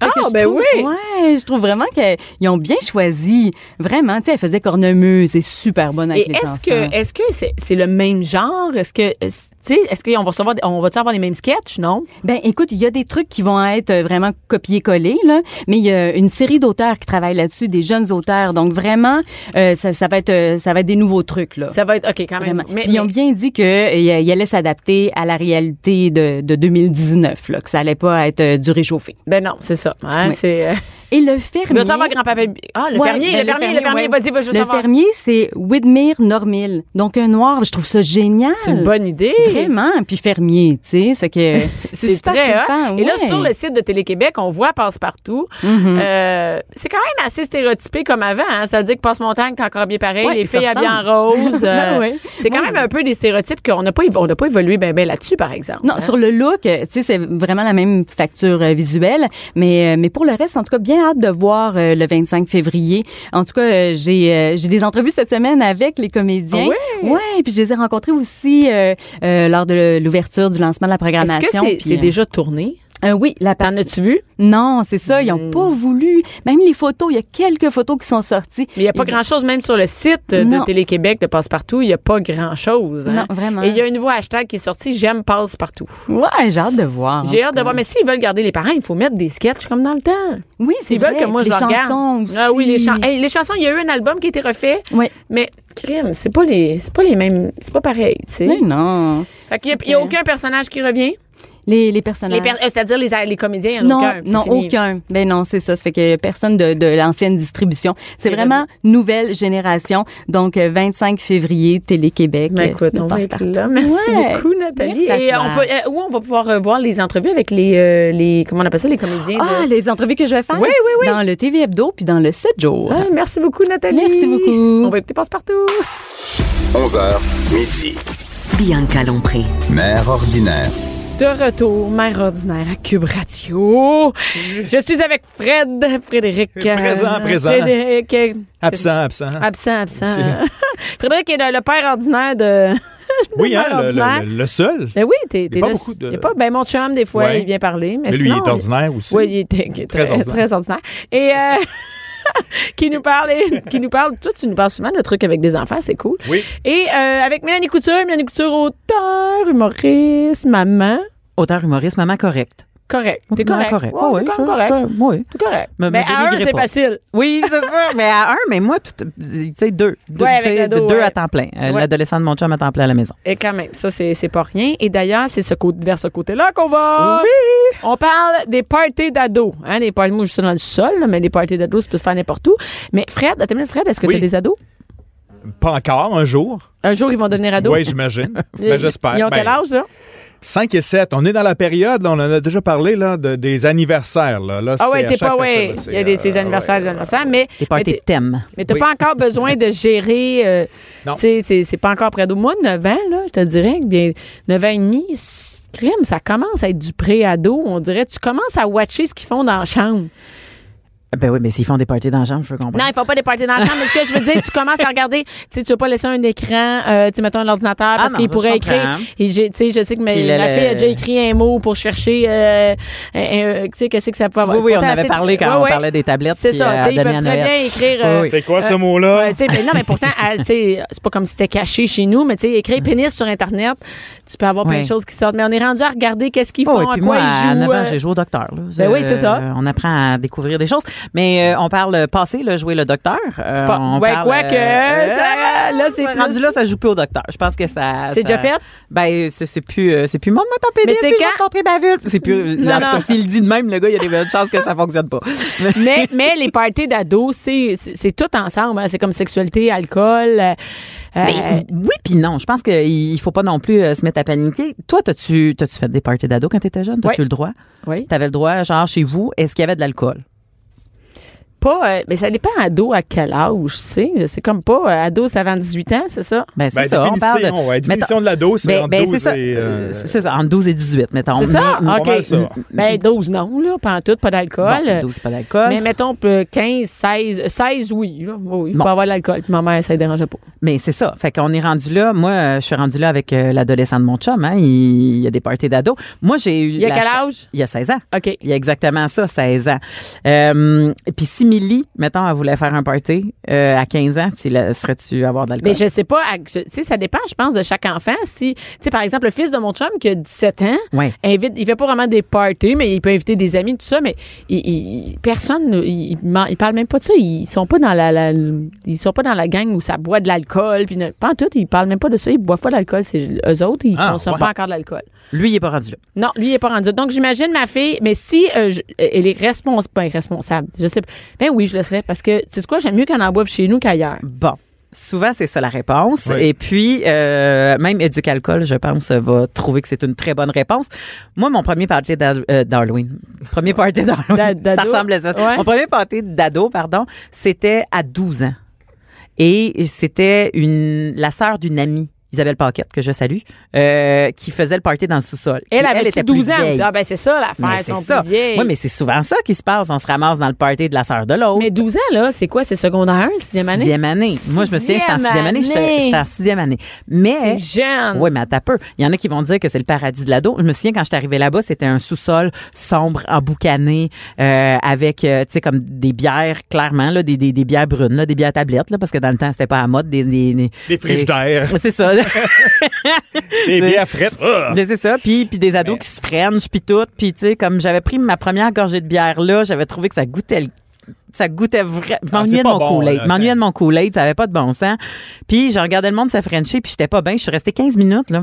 S4: Fait que
S3: Ah,
S4: je
S3: ben
S4: trouve-
S3: oui!
S4: Ouais, je trouve vraiment qu'ils ont bien choisi. Vraiment, tu sais, elle faisait cornemuse et super bonne avec
S3: Et
S4: les
S3: est-ce
S4: enfants.
S3: que est-ce que c'est c'est le même genre Est-ce que est-ce- tu sais est-ce qu'on va recevoir des- on va avoir les mêmes sketchs Non.
S4: Ben écoute, il y a des trucs qui vont être euh, vraiment copiés-collés là, mais il y a une série d'auteurs qui travaillent là-dessus, des jeunes auteurs. Donc vraiment, euh, ça, ça va être euh, ça va être des nouveaux trucs là.
S3: Ça va être ok quand même.
S4: Vraiment. Puis ils ont bien dit que euh, il il allait s'adapter à la réalité de, de 2019 là, que ça allait pas être euh, du réchauffé.
S3: ben non, c'est ça. Hein,
S4: Oui.
S3: C'est. euh,
S4: Et le fermier.
S3: Je veux savoir grand-papa. Ah, le
S4: Ouais,
S3: fermier,
S4: ben,
S3: le fermier, le fermier,
S4: ouais.
S3: vas-y, vas-y, je veux
S4: Le
S3: savoir.
S4: fermier, c'est Widmere Normil. Donc un noir, je trouve ça génial.
S3: C'est une bonne idée.
S4: Vraiment, puis fermier, tu sais, ça que
S3: C'est
S4: super
S3: très hot.
S4: trippant,
S3: Et là,
S4: ouais.
S3: sur le site de Télé-Québec, on voit Passe-Partout. Euh, c'est quand même assez stéréotypé comme avant. Hein? Ça veut dire que Passe-Montagne, t'es encore bien pareil.
S4: Ouais,
S3: les
S4: ça
S3: filles habillées en
S4: ressemble.
S3: rose. euh,
S4: Ben ouais.
S3: C'est quand
S4: Ouais.
S3: même un peu des stéréotypes qu'on n'a pas, évo- on n'a pas évolué bien ben, là-dessus, par exemple.
S4: Non,
S3: hein.
S4: sur le look, euh, tu sais, c'est vraiment la même facture euh, visuelle, mais euh, mais pour le reste, en tout cas, bien hâte de voir euh, le 25 février. En tout cas, euh, j'ai euh, j'ai des entrevues cette semaine avec les comédiens.
S3: Ah ouais?
S4: ouais, puis je les ai rencontrés aussi euh, euh, lors de l'ouverture du lancement de la
S3: Est-ce que
S4: programmation.
S3: c'est
S4: puis,
S3: c'est
S4: euh,
S3: déjà tourné?
S4: euh, oui, la
S3: T'en
S4: partie-
S3: as-tu Hmm. vu?
S4: Non, c'est ça, ils ont pas voulu. Même les photos, il y a quelques photos qui sont sorties.
S3: Mais il n'y a pas grand-chose, même sur le site de
S4: Non.
S3: Télé-Québec de Passe-Partout, il n'y a pas grand-chose. hein.
S4: Non, vraiment.
S3: Et il y a un nouveau hashtag qui est sorti, J'aime Passe-Partout.
S4: Ouais, j'ai hâte de voir. en
S3: J'ai
S4: tout
S3: hâte de
S4: cas.
S3: voir. Mais s'ils veulent garder les parents, il faut mettre des sketchs comme dans le temps.
S4: Oui, c'est
S3: S'ils veulent
S4: vrai,
S3: que moi
S4: les
S3: je leur regarde.
S4: chansons aussi.
S3: Ah oui, les Hein? chansons. les chansons, il y a eu un album qui a été refait.
S4: Ouais.
S3: Mais crime, c'est pas les c'est pas les mêmes, c'est pas pareil, tu sais.
S4: Mais non.
S3: Fait qu'il y a- il y a, aucun personnage qui revient.
S4: Les, les
S3: Les
S4: personnages.
S3: per- euh, c'est-à-dire les, les comédiens, il y en a
S4: Non,
S3: aucun. c'est
S4: non,
S3: fini.
S4: aucun. Ben non, c'est ça. Ça fait que personne de, de l'ancienne distribution. C'est
S3: C'est
S4: vraiment nouvelle génération. Donc, euh, 25 février, Télé-Québec.
S3: Ben
S4: euh,
S3: écoute, on va
S4: passe
S3: être
S4: partout.
S3: là. Merci
S4: Ouais.
S3: beaucoup, Nathalie.
S4: Merci à
S3: Et euh,
S4: toi.
S3: on peut, euh, où on va pouvoir euh, voir les entrevues avec les, euh, les comment on appelle ça, les comédiens.
S4: Ah,
S3: de-
S4: les entrevues que je vais faire.
S3: Oui, oui, oui.
S4: Dans le TV Hebdo, puis dans le 7 jours.
S3: Ah, merci beaucoup, Nathalie.
S4: Merci beaucoup.
S3: On va écouter Passe-Partout.
S2: 11h, midi.
S1: Bianca Lompré.
S2: Mère ordinaire.
S3: De retour, mère ordinaire à Cube Radio. Je suis avec Fred, Frédéric. euh,
S5: Présent, présent.
S3: Frédéric, euh,
S5: Absent, absent.
S3: absent, absent.
S5: C'est-
S3: Frédéric est le, le père ordinaire de.
S5: oui, hein,
S3: Mère
S5: le,
S3: ordinaire.
S5: le- le- le seul.
S3: Ben oui, t'es, t'es
S5: pas
S3: là-
S5: beaucoup de-
S3: il y a pas, ben mon chum, des fois,
S5: Ouais.
S3: il vient parler. Mais,
S5: Mais lui, il
S3: sinon,
S5: est ordinaire aussi.
S3: Oui, il est, il est très,
S5: Très
S3: très ordinaire.
S5: ordinaire.
S3: Et euh, qui nous parle, et- qui nous parle. Toi, tu nous parles souvent de trucs avec des enfants, c'est cool.
S5: Oui.
S3: Et euh, avec Mélanie Couture, Mélanie Couture, auteur, humoriste, maman.
S6: Auteur humoriste, maman correcte.
S3: Correct. T'es
S6: Maman
S3: correct.
S6: correcte.
S3: Ouais,
S6: Ah
S3: t'es
S6: oui,
S3: quand
S6: je-
S3: même correct.
S6: je- je- oui.
S3: T'es correct.
S6: Me- me
S3: mais à un,
S6: dénigrez
S3: c'est
S6: pas.
S3: facile.
S6: Oui, c'est ça. Mais à un, mais moi, tout, tu sais, deux. Deux,
S3: Ouais, avec
S6: tu sais,
S3: l'ado,
S6: de- deux
S3: ouais.
S6: à temps plein. Euh,
S3: Ouais.
S6: L'adolescent de mon chum à temps plein à la maison.
S3: Et quand même, ça, c'est c'est pas rien. Et d'ailleurs, c'est ce côté, vers ce côté-là qu'on va.
S6: Oui.
S3: On parle des parties d'ados. Hein, des parties, moi, je suis dans le sol, là, mais les parties d'ados, ça peut se faire n'importe où. Mais Fred, attends, une minute, Fred, est-ce que
S5: Oui.
S3: t'as des ados?
S5: Pas encore, un jour.
S3: Un jour, ils vont devenir ados.
S5: Oui, j'imagine.
S3: Ils-
S5: Mais j'espère.
S3: Ils ont
S5: Ben,
S3: quel âge, là?
S5: 5 et 7. On est dans la période, là, on en a déjà parlé, là, de- des anniversaires. Là. Là,
S3: Ah
S5: c'est
S3: ouais,
S5: à
S3: t'es
S5: chaque
S3: pas,
S5: fin de
S3: ouais.
S5: semaine, c'est,
S3: Il y a des,
S5: euh,
S3: ces anniversaires,
S5: ouais,
S3: des anniversaires, mais.
S6: Des
S3: mais
S6: parties
S3: t'es-
S6: de thème.
S3: mais t'as
S5: Oui.
S3: pas encore besoin de gérer. euh,
S5: Non.
S3: tu sais, c'est- c'est pas encore près d'eau. Moi, 9 ans, là, je te dirais que bien 9 ans et demi, c- crime, ça commence à être du pré-ado. On dirait, tu commences à watcher ce qu'ils font dans la chambre.
S6: Ben oui, mais s'ils font des parties dans la chambre, je peux comprendre.
S3: Non, il faut pas des parties dans la chambre. Mais ce que je veux dire, tu commences à regarder, tu sais, tu veux pas laisser un écran, euh, tu sais, mettons un ordinateur, parce
S6: Ah non,
S3: qu'il
S6: ça,
S3: pourrait
S6: je comprends.
S3: écrire. Et j'ai- tu sais, je sais que ma
S6: Puis le-
S3: la
S6: le-
S3: fille a déjà écrit un mot pour chercher, euh, un- un- tu sais, qu'est-ce que ça peut avoir.
S6: Oui, oui, on
S3: Pourtant,
S6: avait
S3: c'est-
S6: parlé quand
S3: Ouais,
S6: on
S3: ouais.
S6: parlait des tablettes.
S3: C'est
S6: puis,
S3: ça,
S6: euh,
S3: tu sais, ils
S6: Adami
S3: peuvent
S6: à
S3: très
S6: Noël.
S3: bien écrire. euh,
S6: Oui,
S5: C'est quoi ce
S3: Ouais,
S5: mot-là?
S3: tu sais, mais non, mais pourtant, à- tu sais, euh, c'est pas comme si c'était caché chez nous, mais tu sais, écrire pénis sur Internet, tu peux avoir plein
S6: Ouais.
S3: de choses qui sortent. Mais on est rendu à regarder qu'est-ce qu'ils
S6: Oh,
S3: font,
S6: et
S3: à
S6: puis
S3: quoi
S6: moi,
S3: ils
S6: à
S3: jouent.
S6: 9 ans,
S3: euh,
S6: j'ai joué au docteur. là.
S3: Ben oui, c'est ça.
S6: euh, on apprend à découvrir des choses. Mais euh, on parle euh, passé, là, jouer le docteur. Euh,
S3: Pas-
S6: on
S3: ouais,
S6: parle,
S3: quoi que, ça- là, c'est plus-
S6: Rendu là, ça joue plus au docteur. Je pense que ça...
S3: C'est
S6: ça-
S3: déjà fait?
S6: Ben, c'est c'est plus... euh, c'est plus mon ton pénis,
S3: Mais c'est
S6: puis je vais
S3: quand-
S6: te montrer ma vulve. C'est plus...
S3: Non,
S6: en tout cas,
S3: non.
S6: S'il dit de même, le gars, il y a des bonnes chances que ça fonctionne pas.
S3: mais, mais les parties d'ados, c'est, c'est, c'est tout ensemble. hein. C'est comme sexualité, alcool. euh, euh,
S6: Mais oui puis non, je pense qu'il il faut pas non plus euh, se mettre à paniquer. Toi, t'as-tu t'as-tu fait des parties d'ados quand t'étais jeune? T'as-tu
S3: Oui.
S6: le droit?
S3: oui.
S6: T'avais le droit, genre chez vous, est-ce qu'il y avait de l'alcool?
S3: Pas, euh, mais ça dépend ado à quel âge, tu sais. Je sais comme pas, euh, ado, ça avant 18 ans, c'est ça?
S6: Ben, c'est
S5: Ben,
S6: ça, on parle de...
S5: définition, ouais,
S6: mettons-
S5: définition de la dose, c'est
S6: Ben-
S5: entre
S6: ben,
S5: 12
S6: c'est ça.
S5: et... euh,
S6: Euh, C'est ça, entre 12 et 18, mettons.
S3: C'est ça?
S6: Mais-
S3: OK.
S5: mal ça.
S3: Ben, 12, non, là. Pas en tout, pas d'alcool.
S6: Bon, 12, c'est pas d'alcool.
S3: Mais
S6: Mais,
S3: mettons euh, 15, 16, euh, 16, oui. Là. Oui, je
S6: Bon.
S3: peux avoir de l'alcool. Puis ma mère, ça ne dérangeait pas.
S6: c'est ça. Fait qu'on est rendu là. Moi, euh, je suis rendu là avec euh, l'adolescent de mon chum. Hein. Il, il y a des parties d'ados. Moi, j'ai eu.
S3: Il y a
S6: la
S3: quel
S6: chance-
S3: âge?
S6: Il y a 16 ans.
S3: OK.
S6: Il y a exactement ça, 16 ans. Euh, Puis si Millie, mettons, elle voulait faire un party euh, à 15 ans, tu la- serais-tu à avoir de l'alcool?
S3: Mais je sais pas, à- je- tu sais, ça dépend, je pense, de chaque enfant. Si, tu sais, par exemple, le fils de mon chum qui a 17 ans,
S6: Ouais.
S3: invite, il fait pas vraiment des parties, mais il peut inviter des amis, tout ça, mais il, il- personne, il, il, m'en- il parle même pas de ça. Ils sont pas dans la, la- ils sont pas dans la gang où ça boit de l'alcool, puis ne- pas en tout, ils parlent même pas de ça, ils boivent pas d'alcool, c'est eux autres, ils
S6: Ah,
S3: consomment
S6: ouais.
S3: pas encore de l'alcool.
S6: Lui, il est pas rendu là.
S3: Non, lui, il est pas rendu. Donc, j'imagine ma fille, mais si euh, je- elle est ben, responsable, pas irresponsable, je sais pas. Ben oui, je le serais, parce que, tu sais quoi, j'aime mieux qu'elle en boive chez nous qu'ailleurs.
S6: Bon. Souvent, c'est ça la réponse.
S5: Oui.
S6: Et puis, euh, même Éducalcool, je pense, va trouver que c'est une très bonne réponse. Moi, mon premier party d'Hal- euh, d'Halloween, premier party
S3: Ah. D'a-
S6: d'Halloween, ça
S3: d'ado?
S6: ressemble à ça.
S3: Ouais.
S6: Mon premier party d'ado, pardon, c'était à 12 ans. Et c'était une la sœur d'une amie, Isabelle Paquette, que je salue, euh, qui faisait le party dans le sous-sol. Puis
S3: Elle avait
S6: était plus
S3: 12 ans.
S6: vieille.
S3: Ah, ben c'est ça l'affaire.
S6: Mais
S3: Ils
S6: c'est
S3: sont
S6: ça.
S3: plus vieilles.
S6: Oui, mais c'est souvent ça qui se passe. On se ramasse dans le party de la sœur de l'autre.
S3: Mais 12 ans, là, c'est quoi? C'est secondaire 1, 6e année?
S6: Sixième année. Moi, je me souviens, j'étais en
S3: Sixième
S6: sixième année. J'étais
S3: année.
S6: j'étais en sixième année. Mais.
S3: C'est jeune.
S6: Oui, mais attends peu. Il y en a qui vont dire que c'est le paradis de l'ado. Je me souviens quand je suis arrivée là-bas, c'était un sous-sol sombre, emboucané, euh, avec, euh, tu sais, comme des bières, clairement, là, des, des, des bières brunes, là, des bières tablettes, là, parce que dans le temps, c'était pas à la mode. Des, des, des,
S5: Des frigidaires.
S6: C'est ça.
S5: Des bières frettes. Ah!
S6: Mais c'est ça, puis puis des ados qui se prennent, puis tout, puis tu sais comme j'avais pris ma première gorgée de bière là, j'avais trouvé que ça goûtait le- ça goûtait vraiment je m'ennuyais
S5: Ah, c'est
S6: de
S5: pas
S6: mon
S5: bon,
S6: Kool-Aid,
S5: là,
S6: Je m'ennuyais
S5: c'est-
S6: de mon Kool-Aid, ça avait pas de bon sens. Puis je regardais le monde se frencher, puis j'étais pas bien, je suis restée 15 minutes là.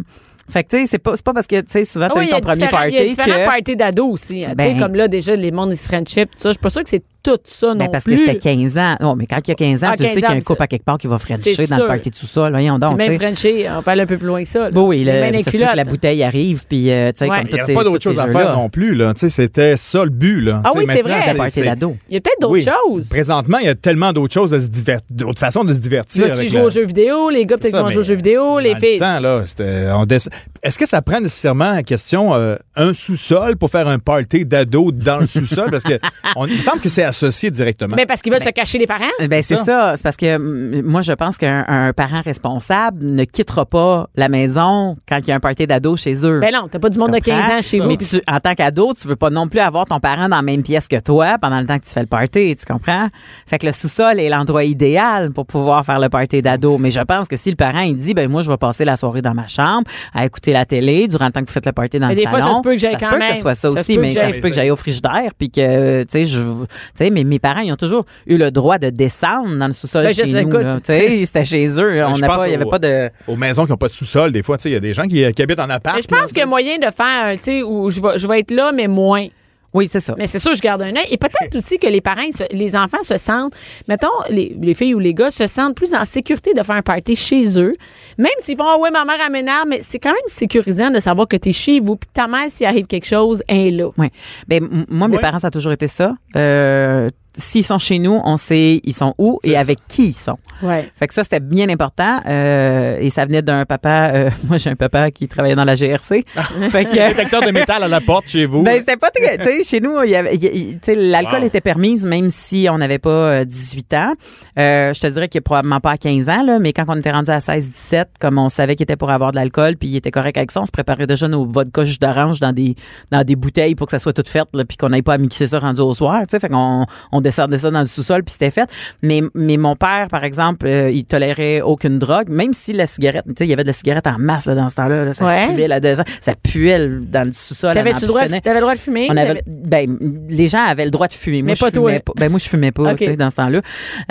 S6: Fait que tu sais c'est pas c'est pas parce que tu sais souvent
S3: Ah
S6: t'as
S3: oui,
S6: eu
S3: il y a
S6: ton premier
S3: différents- Il
S6: party
S3: y a différents
S6: que
S3: parties d'ados aussi. hein.
S6: Ben-
S3: tu sais, comme là, déjà, les mondes, ils se friendship, tout ça. Je suis pas sûre que c'est tout ça non
S6: ben parce
S3: plus.
S6: que c'était 15 ans. Non, mais quand il y a 15 ans,
S3: Ah,
S6: tu
S3: 15
S6: sais qu'il y a
S3: ans,
S6: un couple
S3: c'est-
S6: à quelque part qui va frencher
S3: c'est
S6: dans le
S3: sûr.
S6: party tout ça, voyons donc. tu
S3: Même
S6: sais.
S3: Frenchie, hein, on parle un peu plus loin que ça. là.
S6: Bon, oui,
S3: Même
S6: là,
S3: les
S6: ça se peut que la
S3: culottes.
S6: bouteille arrive, puis euh, tu sais,
S3: Ouais.
S6: comme
S3: Il
S5: Il n'y
S6: toutes
S5: avait
S6: ces-
S5: pas d'autre
S6: tous ces
S5: chose à
S6: jeux-là.
S5: faire non plus. là. Tu sais, C'était ça le but. Là.
S3: Ah
S5: Tu sais,
S3: oui, c'est
S5: maintenant,
S3: vrai.
S6: La party d'ado.
S3: Il y a peut-être d'autres
S5: Oui.
S3: choses.
S5: Présentement, il y a tellement d'autres choses, de se divert- d'autres façons de se divertir.
S3: Là, tu
S5: avec
S3: joues
S5: la-
S3: aux jeux vidéo, les gars, peut-être
S5: Ça,
S3: qu'ils vont
S5: mais
S3: jouer aux jeux vidéo, les
S5: dans
S3: filles.
S5: le temps, hein. là, c'était- on dess- Est-ce que ça prend nécessairement en question euh, un sous-sol pour faire un party d'ados dans le sous-sol? Parce que on, il me semble que c'est associé directement.
S3: Mais parce qu'ils veulent se cacher les parents.
S6: Ben c'est
S5: C'est
S6: ça,
S5: ça.
S6: c'est parce que mm, moi je pense qu'un un parent responsable ne quittera pas la maison quand il y a un party d'ados chez eux.
S3: Ben non, t'as pas du
S6: Tu
S3: monde de
S6: comprends?
S3: 15 ans chez vous.
S6: Mais tu, en tant qu'ado, tu veux pas non plus avoir ton parent dans la même pièce que toi pendant le temps que tu fais le party, tu comprends? Fait que le sous-sol est l'endroit idéal pour pouvoir faire le party d'ado. Mais je pense que si le parent, il dit, ben moi, je vais passer la soirée dans ma chambre à écouter la télé durant le temps que vous faites le party dans
S3: Mais
S6: le
S3: des
S6: salon.
S3: fois, ça se peut que j'aille quand
S6: que
S3: même.
S6: ce soit ça,
S3: Ça se
S6: aussi,
S3: peut que
S6: mais ça
S3: j'aille.
S6: se peut que j'aille au frigidaire puis que, tu sais, je, tu sais, mais mes parents, ils ont toujours eu le droit de descendre dans le sous-sol
S3: Ben, je
S6: chez
S3: sais,
S6: nous,
S3: écoute.
S6: là. Tu sais, c'était chez eux. On
S5: Ben, je
S6: n'a
S5: pense
S6: pas, il y avait
S5: au-
S6: pas de...
S5: Aux maisons qui n'ont pas de sous-sol, des fois, tu sais, il y a des gens qui, qui habitent en appart.
S3: Mais je pense qu'il y a moyen de faire, un, tu sais, où je vais, je vais être là, mais moins.
S6: Oui, c'est ça.
S3: Mais c'est sûr, je garde un œil. Et peut-être aussi que les parents, ils se- les enfants se sentent, mettons, les, les filles ou les gars se sentent plus en sécurité de faire un party chez eux. Même s'ils font, ah ouais, ma mère elle m'énerve, mais c'est quand même sécurisant de savoir que t'es chez vous, puis ta mère, s'il arrive quelque chose, elle est là.
S6: Oui. Ben, m- moi, mes
S5: Ouais.
S6: parents, ça a toujours été ça. Euh, s'ils sont chez nous, on sait ils sont où et
S5: C'est ça.
S6: avec qui ils sont.
S3: Ah,
S4: Ouais.
S6: Fait que ça, c'était bien important. euh, et ça venait d'un papa. euh, moi, j'ai un papa qui travaillait dans la GRC. fait que.
S5: Détecteur de métal à la porte chez vous.
S6: Ben, c'était pas très. Tu sais, chez nous, il y avait- il y- il- tu sais, l'alcool
S5: Wow.
S6: était permise même si on n'avait pas euh, 18 ans. Euh, je te dirais qu'il est probablement pas à 15 ans, là, mais quand on était rendu à 16-17, comme on savait qu'il était pour avoir de l'alcool, puis il était correct avec ça, on se préparait déjà nos vodka jus d'orange dans des, dans des bouteilles pour que ça soit tout fait, là, puis qu'on n'aille pas à mixer ça rendu au soir. tu sais. Fait qu'on on descendait ça dans le sous-sol, puis c'était fait. Mais, mais mon père, par exemple, euh, il tolérait aucune drogue, même si la cigarette, tu sais, il y avait de la cigarette en masse là, dans ce temps-là. là. ça
S3: Ouais.
S6: fumait là, dedans. ça puait le- dans le sous-sol. on
S3: T'avais-tu
S6: en
S3: le droit,
S6: prenait.
S3: de- t'avais le droit de fumer?
S6: On avait,
S3: T'avais-
S6: ben, les gens avaient le droit de fumer. Moi,
S3: Mais pas
S6: je fumais
S3: toi.
S6: Ben, moi, je fumais pas,
S3: Ok.
S6: tu sais, dans ce temps-là.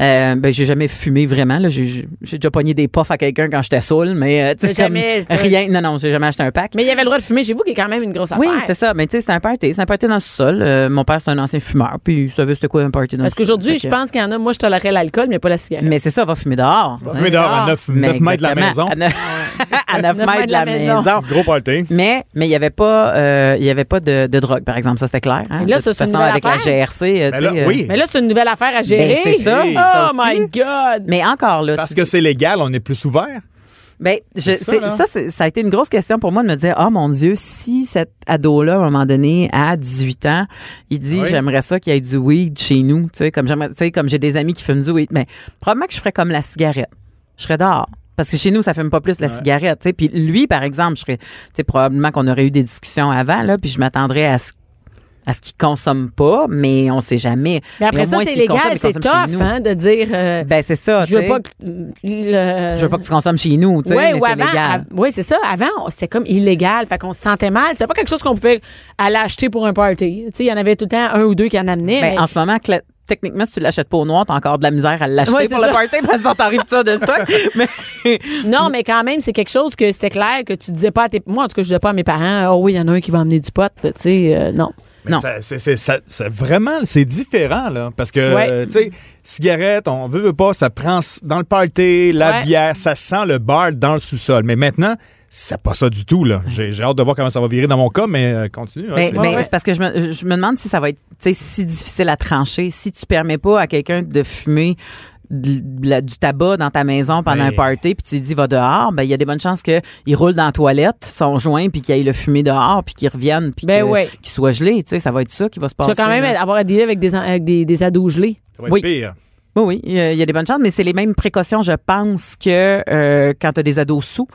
S6: Euh, ben, j'ai jamais fumé vraiment, là. J'ai j'ai déjà pogné des puffs à quelqu'un quand j'étais saoul, mais, euh, tu sais,
S3: Mais jamais,
S6: comme
S3: ça.
S6: rien. Non, non, j'ai jamais acheté un pack.
S3: Mais il y avait le droit de fumer chez vous, qui est quand même une grosse
S6: oui,
S3: affaire.
S6: c'est ça. Mais tu sais, c'était un party. C'est un party dans le sol. mon père, c'est un ancien fumeur. Puis, il savait c'était quoi un party dans le
S3: Parce qu'aujourd'hui, je
S6: sous-sol. Fait que-
S3: pense qu'il y en a, moi, je tolérais l'alcool, mais pas la cigarette.
S6: Mais c'est ça, va fumer dehors.
S5: On fumait dehors à 9,
S6: Mais
S5: mètres de la
S6: exactement,
S5: maison.
S6: À 9, mètres de la maison.
S5: Gros party.
S6: Mais mais il y avait pas euh, il y avait pas de, de drogue par exemple ça c'était clair hein.
S3: Et là,
S6: de
S3: ça,
S6: toute
S3: c'est une
S6: façon
S3: nouvelle
S6: avec la
S3: affaire.
S6: GRC euh,
S5: Ben
S6: tu
S5: là,
S6: sais, euh,
S5: oui.
S3: Mais là, c'est une nouvelle affaire à gérer.
S6: Ben, c'est ça.
S3: Oh
S6: Ça
S3: my
S6: aussi.
S3: God!
S6: Mais encore là,
S5: Parce
S6: tu-
S5: que c'est légal, on est plus ouvert.
S6: ben, je-
S5: ça,
S6: c'est-
S5: là.
S6: ça, c'est- ça a été une grosse question pour moi de me dire, oh mon Dieu, si cet ado-là, à un moment donné, à 18 ans, il dit,
S5: Oui.
S6: j'aimerais ça qu'il y ait du weed chez nous, tu sais, comme j'aimerais, tu sais, comme j'ai des amis qui fument du weed, mais probablement que je ferais comme la cigarette. Je serais dehors. Parce que chez nous, ça fume pas plus la cigarette, tu sais. Puis lui, par exemple, je serais, tu sais, probablement qu'on aurait eu des discussions avant, là, puis je m'attendrais à ce à ce qu'il consomme pas, mais on sait jamais.
S3: Mais après
S6: au
S3: ça,
S6: moins,
S3: c'est
S6: s'il consomme,
S3: légal,
S6: il
S3: c'est
S6: consomme chez
S3: tough
S6: nous.
S3: hein, de dire euh,
S6: Ben c'est
S3: je
S6: ça. tu
S3: veux
S6: sais.
S3: pas que le-
S6: je veux pas que tu consommes chez nous, tu sais,
S3: Ouais,
S6: mais
S3: ou
S6: c'est
S3: avant,
S6: légal.
S3: av- ouais, c'est ça. Avant, on- c'était comme illégal. Fait qu'on se sentait mal. C'était pas quelque chose qu'on pouvait aller acheter pour un party. Tu sais, il y en avait tout le temps un ou deux qui en amenaient.
S6: Ben,
S3: mais-
S6: en ce moment, cla- techniquement, si tu l'achètes pas au noir, t'as encore de la misère à l'acheter
S3: Ouais, c'est
S6: pour le
S3: ça.
S6: party parce qu'on t'arrive ça de stock. Mais
S3: Non, mais quand même, c'est quelque chose que c'était clair que tu disais pas à tes. Moi, en tout cas, je disais pas à mes parents, oh oui, il y en a un qui va emmener du pot, tu sais, euh, non.
S6: Non.
S5: Ben, Ça- c'est- c'est- ça- ça- vraiment, c'est différent, là. Parce que,
S3: Ouais.
S5: euh, tu sais, cigarette, on veut, veut pas, ça prend s- dans le party, la
S3: Ouais.
S5: bière, ça sent le bar dans le sous-sol. Mais maintenant, c'est pas ça du tout, là. J'ai j'ai hâte de voir comment ça va virer dans mon cas, mais euh, continue. hein,
S6: mais,
S5: c'est-
S6: mais
S3: ouais.
S6: c'est parce que je me, je me demande si ça va être tu sais, si difficile à trancher. Si tu permets pas à quelqu'un de fumer de- de la- du tabac dans ta maison pendant
S5: Ouais.
S6: un party puis tu lui dis va dehors ben il y a des bonnes chances que il roule dans la toilette son joint puis qu'il aille le fumer dehors puis qu'il revienne puis
S3: Ben
S6: que-
S3: ouais.
S6: qu'il soit gelé tu sais ça va être ça qui va se
S3: Tu
S6: passer
S3: vas quand même
S6: là.
S3: Ben, avoir à dealer avec des, en- avec des, des ados gelés.
S5: ça va être
S6: oui.
S5: pire.
S6: Oui, oui, il y a- il y a des bonnes chances, mais c'est les mêmes précautions, je pense, que euh, quand tu as des ados sous.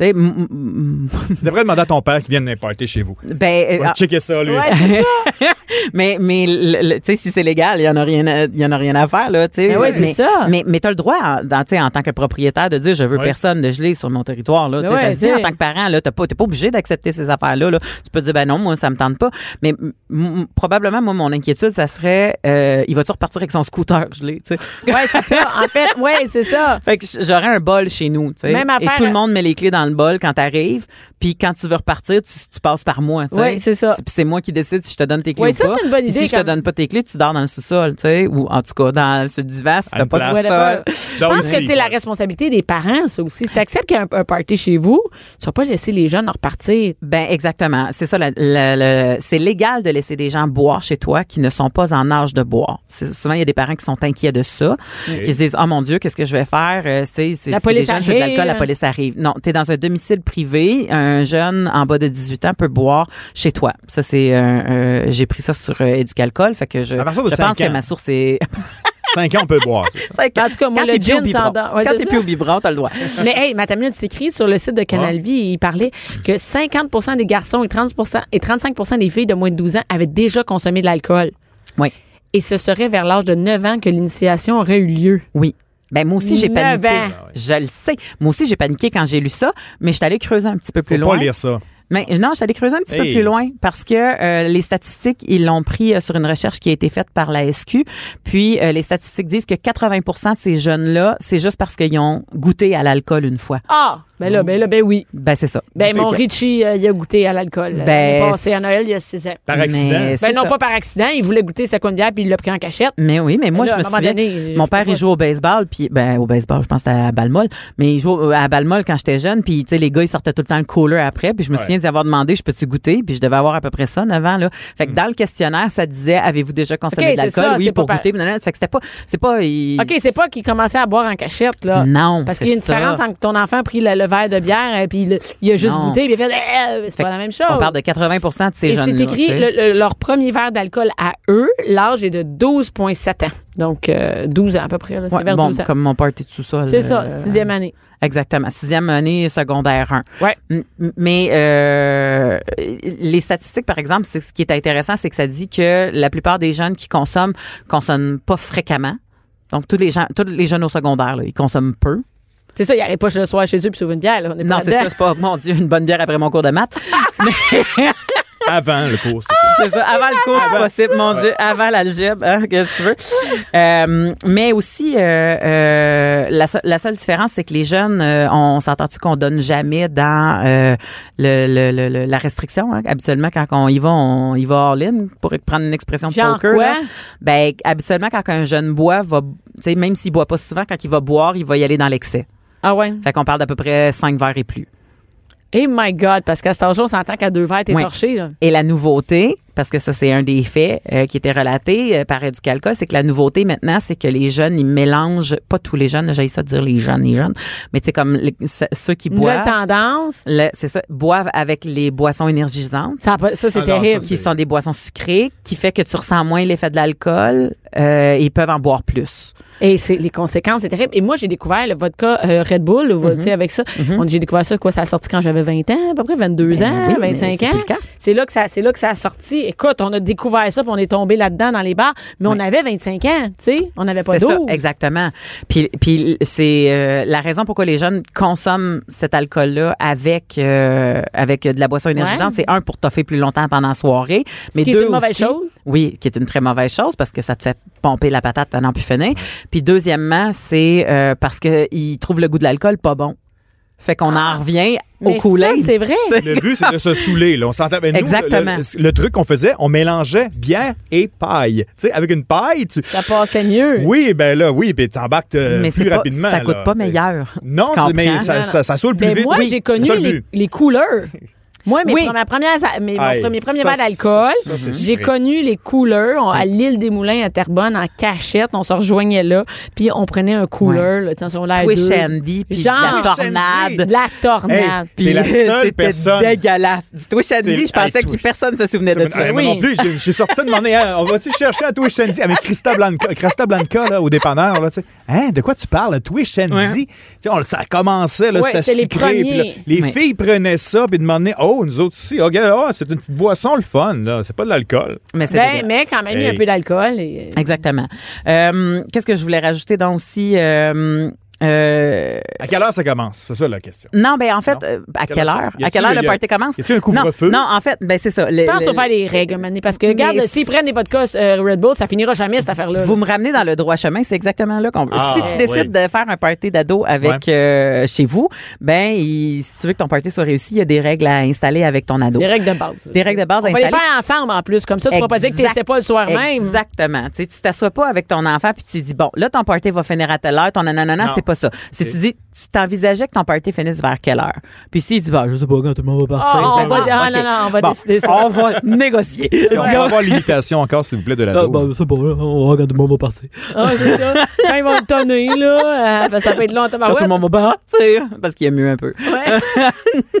S6: Tu sais, m- m-
S5: Tu devrais demander à ton père qui vienne d'un party chez vous.
S6: m- ben,
S3: Eh,
S5: Va
S3: ah.
S6: euh,
S5: checker ça, lui.
S6: mais mais le- le- tu sais si c'est légal, il y en a rien à, il y en a rien à faire là, tu sais.
S3: Ben oui, c'est
S6: mais
S3: ça.
S6: mais, mais t'as le droit en, dans- tu sais, en tant que propriétaire de dire je veux
S5: Ouais.
S6: personne de geler sur mon territoire là,
S3: Ben
S6: Tu sais,
S3: ouais,
S6: ça se dit en
S3: tu sais.
S6: tant que parent là, t'as pas t'es pas obligé d'accepter ces affaires là, Tu peux dire ben non, moi ça me tente pas, mais m- m- probablement moi mon inquiétude ça serait euh, il va-tu repartir avec son scooter gelé, tu sais.
S3: Ouais, c'est ça. En fait, ouais, c'est ça.
S6: Fait que j'aurais un bol chez nous, tu sais.
S3: Même
S6: Et
S3: affaire. euh,
S6: tout le monde met les clés dans le bol quand t'arrives, puis quand tu veux repartir, tu, tu passes par moi, tu sais.
S3: Ouais, c'est ça.
S6: Puis c'est moi qui décide si je te donne tes clés
S3: Ouais,
S6: ou
S3: ça,
S6: pas.
S3: c'est une bonne
S6: Puis
S3: idée,
S6: Si je te
S3: quand-
S6: donne pas tes clés, tu dors dans le sous-sol, tu sais, ou en tout cas dans ce divan si
S5: À
S6: t'as
S5: une
S6: pas de
S5: place.
S6: sous-sol.
S3: Je pense
S5: aussi.
S3: que c'est la responsabilité des parents, ça aussi. Si tu acceptes qu'il y a un, un party chez vous, tu vas pas laisser les jeunes repartir.
S6: Ben exactement, c'est ça. la- la- la- c'est légal de laisser des gens boire chez toi qui ne sont pas en âge de boire. C'est- Souvent, il y a des parents qui sont inquiets de ça, qui se disent oh mon Dieu, qu'est-ce que je vais faire Euh, C'est c'est-
S3: La
S6: c'est
S3: police
S6: des jeunes, c'est de l'alcool, la
S3: arrive.
S6: police arrive. Non, t'es dans un domicile privé. Un jeune en bas de 18 ans peut boire chez toi. Ça c'est, euh, euh, j'ai pris ça sur euh, Éducalcool, fait que je,
S5: À partir de
S6: je
S5: cinq
S6: pense que
S5: ans.
S6: ma source est.
S5: 5 ans, on peut
S3: En
S5: boire.
S3: tout cas, Ah, moi,
S6: quand
S3: le
S6: t'es plus au
S3: gin
S6: biberon.
S3: sans dents. Ouais,
S6: quand
S3: c'est
S6: t'es
S3: ça.
S6: plus au biberon, t'as le droit.
S3: Mais hey, ma minute s'écrit sur le site de Canal Vie, il parlait que 50 des garçons et 30 et 35 des filles de moins de 12 ans avaient déjà consommé de l'alcool.
S6: Oui.
S3: Et ce serait vers l'âge de 9 ans que l'initiation aurait eu lieu.
S6: Oui. Ben moi aussi j'ai
S3: Neuf
S6: paniqué.
S5: Ah
S3: ans.
S6: Je le sais. Moi aussi j'ai paniqué quand j'ai lu ça, mais je suis allée creuser un petit peu plus
S5: Faut
S6: loin.
S5: pas lire ça.
S6: Mais non, je suis allée creuser un petit peu
S5: Hey.
S6: plus loin parce que euh, les statistiques, ils l'ont pris euh, sur une recherche qui a été faite par la SQ. Puis euh, les statistiques disent que 80% de ces jeunes-là, c'est juste parce qu'ils ont goûté à l'alcool une fois.
S3: Ah! Ben là, ben là, ben oui.
S6: Ben, c'est ça.
S3: Ben, mon Richie, euh, il a goûté à l'alcool. euh,
S6: Ben,
S3: l'année passée à
S6: c'est-
S3: Noël, il a c'est ça.
S5: Par
S6: Mais
S5: accident.
S6: c'est
S3: Ben non,
S6: ça.
S3: pas par accident. Il voulait goûter sa coupe de bière, puis il l'a pris en cachette.
S6: Mais oui, mais moi,
S3: Ben là,
S6: je
S3: à
S6: me
S3: un moment
S6: souviens,
S3: donné, je
S6: mon
S3: peux
S6: père,
S3: pas-
S6: il jouait au baseball, puis, ben, au baseball, je pense que c'était à Balmol, mais il jouait à Balmol quand j'étais jeune, puis, tu sais, les gars, ils sortaient tout le temps le cooler après, puis je me
S5: Ouais.
S6: souviens d'y avoir demandé, je peux-tu goûter, puis je devais avoir à peu près ça, 9 ans, là. Fait que dans le questionnaire, ça disait, avez-vous déjà consommé
S3: Hmm. Ok,
S6: de
S3: c'est ça,
S6: l'alcool? Oui,
S3: c'est
S6: pour
S3: pas par-
S6: goûter, mais non, non, fait que c'était pas, c'est pas, il-
S3: OK, c'est pas qu'il commençait à boire en cachette, là.
S6: Non,
S3: Parce
S6: c'est
S3: qu'il y a une
S6: ça.
S3: différence entre que ton enfant a pris le, le verre de bière et puis il, il a juste
S6: Non.
S3: goûté, puis il a fait, Eh, c'est
S6: Fait
S3: pas
S6: que
S3: la même chose.
S6: On parle de 80 de ces
S3: Et
S6: jeunes-là.
S3: c'est écrit,
S6: tu sais.
S3: le- le- leur premier verre d'alcool à eux, l'âge est de 12,7 ans. Donc, euh, 12 ans à peu près. là. C'est
S6: Ouais,
S3: vers
S6: bon,
S3: 12 ans.
S6: comme mon party de sous-sol.
S3: C'est ça,
S6: euh,
S3: sixième année.
S6: Exactement. Sixième année secondaire 1.
S3: Ouais.
S6: M- Mais euh, les statistiques, par exemple, c'est ce qui est intéressant, c'est que ça dit que la plupart des jeunes qui consomment consomment pas fréquemment. Donc tous les gens, tous les jeunes au secondaire, là, ils consomment peu.
S3: C'est ça, il arrive pas le soir chez eux puis s'ouvre une bière. là. On est
S6: Non,
S3: pas
S6: c'est
S3: dedans.
S6: ça, c'est pas mon Dieu, une bonne bière après mon cours de maths.
S5: Avant le cours.
S3: Ah!
S5: c'est-
S6: C'est ça, avant le cours, c'est possible, mon Dieu, avant l'algèbre, hein, qu'est-ce que tu veux. Euh, mais aussi, euh, euh, la, so- la seule différence, c'est que les jeunes, euh, on s'entend-tu qu'on donne jamais dans euh, le, le- le- le- la restriction? hein? Habituellement, quand on y va, on y va all-in, pour prendre une expression de
S3: Genre
S6: poker.
S3: quoi?
S6: là. Ben, habituellement, quand un jeune boit, va, tu sais, même s'il boit pas souvent, quand il va boire, il va y aller dans l'excès.
S3: Ah ouais.
S6: Fait qu'on parle d'à peu près 5 verres et plus.
S3: Eh my God, parce qu'à cet âge-là, on s'entend qu'à deux verres, t'es
S6: Ouais.
S3: torché. Là.
S6: Et la nouveauté, parce que ça, c'est un des faits euh, qui était relaté euh, par Educalca, c'est que la nouveauté maintenant, c'est que les jeunes, ils mélangent, pas tous les jeunes, j'ai ça de dire les jeunes, les jeunes, mais c'est comme les- ce- ceux qui
S3: Une nouvelle
S6: boivent,
S3: tendance.
S6: le- c'est ça, boivent avec les boissons énergisantes.
S3: Ça, a pas- ça, c'est
S5: Ah non,
S3: terrible.
S5: ça,
S6: qui sont des boissons sucrées, qui fait que tu ressens moins l'effet de l'alcool, euh, ils peuvent en boire plus.
S3: Et c'est les conséquences, c'est terrible. Et moi, j'ai découvert le vodka euh, Red Bull, ou,
S6: Mhm.
S3: tu sais, avec ça. On dit, J'ai découvert ça, quoi, ça a sorti quand j'avais 20 ans, à peu près 22
S6: Ben
S3: ans,
S6: oui, mais
S3: 25
S6: c'est
S3: Ah, ans.
S6: plus le cas.
S3: C'est là que ça, c'est là que ça a sorti. Écoute, on a découvert ça, puis on est tombé là-dedans dans les bars, mais on avait 25 ans, tu sais, on n'avait pas
S6: C'est ça,
S3: d'eau.
S6: Exactement. Puis, puis c'est euh, la raison pourquoi les jeunes consomment cet alcool-là avec euh, avec de la boisson énergisante. C'est un pour toffer plus longtemps pendant la soirée, mais
S3: qui est
S6: deux
S3: une mauvaise
S6: aussi-
S3: chose.
S6: Oui, qui est une très mauvaise chose parce que ça te fait pomper la patate à n'en plus finir. Puis deuxièmement, c'est euh, parce que ils trouvent le goût de l'alcool pas bon. Fait qu'on en revient au
S3: Ah. Mais
S6: coulet.
S3: ça, c'est vrai.
S5: Le but, c'est de se saouler. Là. On s'entend. Ben, nous,
S6: Exactement.
S5: Le, le- le truc qu'on faisait, on mélangeait bière et paille. Tu sais, avec une paille, tu.
S3: Ça passait mieux.
S5: Oui, ben là, oui, puis t'embarques euh,
S6: mais c'est
S5: plus
S6: pas-
S5: rapidement.
S6: ça coûte
S5: là,
S6: pas
S5: tu sais.
S6: meilleur.
S5: Non,
S6: Tu
S5: mais
S6: comprends?
S5: ça, ça, ça saoule plus
S3: Mais
S5: vite.
S3: moi,
S5: Oui,
S3: j'ai
S5: c'est
S3: connu
S5: ça le
S3: les,
S5: but.
S3: les couleurs. Moi, mes
S6: Oui.
S3: premières- premières- mes- mon
S5: Aïe,
S3: premier, premier
S5: ça,
S3: verre d'alcool,
S5: ça, c'est
S3: j'ai
S5: sucré.
S3: connu les couleurs on- à l'île des Moulins à Terrebonne en cachette. On se rejoignait là, puis on prenait un couleur. Là, tu sais, on l'a à
S6: Twitch
S3: deux.
S6: Andy, puis de la
S3: Genre-
S6: tornade.
S3: De la tornade.
S5: Hey, T'es la seule
S6: c'était
S5: personne.
S6: dégueulasse. Du Twitch Andy,
S5: T'es-
S6: je pensais
S5: Hey,
S6: que
S5: Twitch.
S6: personne se souvenait de
S5: Mais-
S6: ça.
S5: eh, moi non plus, j'ai- j'ai sorti ça de mon nez. Hein, On va-tu chercher un Twitch Andy avec Christa Blanca, Christa Blanca là, au dépanneur? Là, tu sais. hein, de quoi tu parles? Un Twitch Andy? Tu sais, on, ça commençait, là,
S3: Ouais,
S5: c'était
S3: c'était les
S5: sucré. puis là,
S3: premiers.
S5: les
S6: Ouais.
S5: filles prenaient ça puis demandaient Oh, nous autres ici, ok, ah, c'est une petite boisson, le fun. là, C'est pas de l'alcool.
S6: Mais c'est
S3: Ben,
S6: dégueulasse.
S3: mais quand même, il y a un
S5: Hey.
S3: peu d'alcool. et-
S6: Exactement. Euh, Qu'est-ce que je voulais rajouter donc aussi? euh, euh,
S5: À quelle heure ça commence? C'est ça la question.
S6: non, ben en fait,
S5: Non.
S6: euh, à
S5: Quelle
S6: quelle
S5: heure
S6: heure?
S5: ça? Y
S6: À
S5: a-t-il-
S6: quelle heure le
S5: y a-
S6: party commence?
S5: y a-t-il un
S6: Non,
S5: couvre-feu?
S6: Non, en fait, ben c'est ça. Le-
S3: Je pense
S6: le-
S3: qu'il faut faire des règles, mané, parce que,
S6: Mais
S3: regarde,
S6: c'est-
S3: s'ils prennent des vodkas euh, Red Bull, ça finira jamais, cette affaire-là.
S6: Vous me ramenez dans le droit chemin, c'est exactement là qu'on veut.
S5: Ah,
S6: si tu décides de faire un party d'ado avec euh, chez vous, ben il- si tu veux que ton party soit réussi, il y a des règles à installer avec ton ado.
S3: Des règles de base.
S6: Des règles de base
S3: On va les
S6: installées.
S3: faire ensemble, en plus. Comme ça, tu vas pas dire que tu
S6: Exact.
S3: sais pas le soir même.
S6: Exactement. Tu sais, tu t'assois pas avec ton enfant puis tu dis bon, là ton party va finir à telle heure, ton nanana,
S5: Non.
S6: c'est pas ça. Si
S5: Ok.
S6: tu dis tu t'envisageais que ton party finisse vers quelle heure. Puis s'il dit bah je sais pas quand tout le monde va partir.
S3: Ah, on
S6: Ben,
S3: va-
S6: bon,
S3: ah,
S6: ok.
S3: non, non, on va
S6: Bon,
S3: décider ça.
S6: On va négocier. ah,
S5: Est-ce qu'on va avoir l'imitation encore, s'il vous plaît, de la dose?
S6: c'est bon, on va quand tout le monde va partir.
S3: Ah, c'est ça. Quand ils vont me tonner, là, euh, ben, ça peut être long en
S6: Quand tout le
S3: tabarouette.
S6: monde va partir, parce qu'il y a mieux un peu.
S3: Ouais.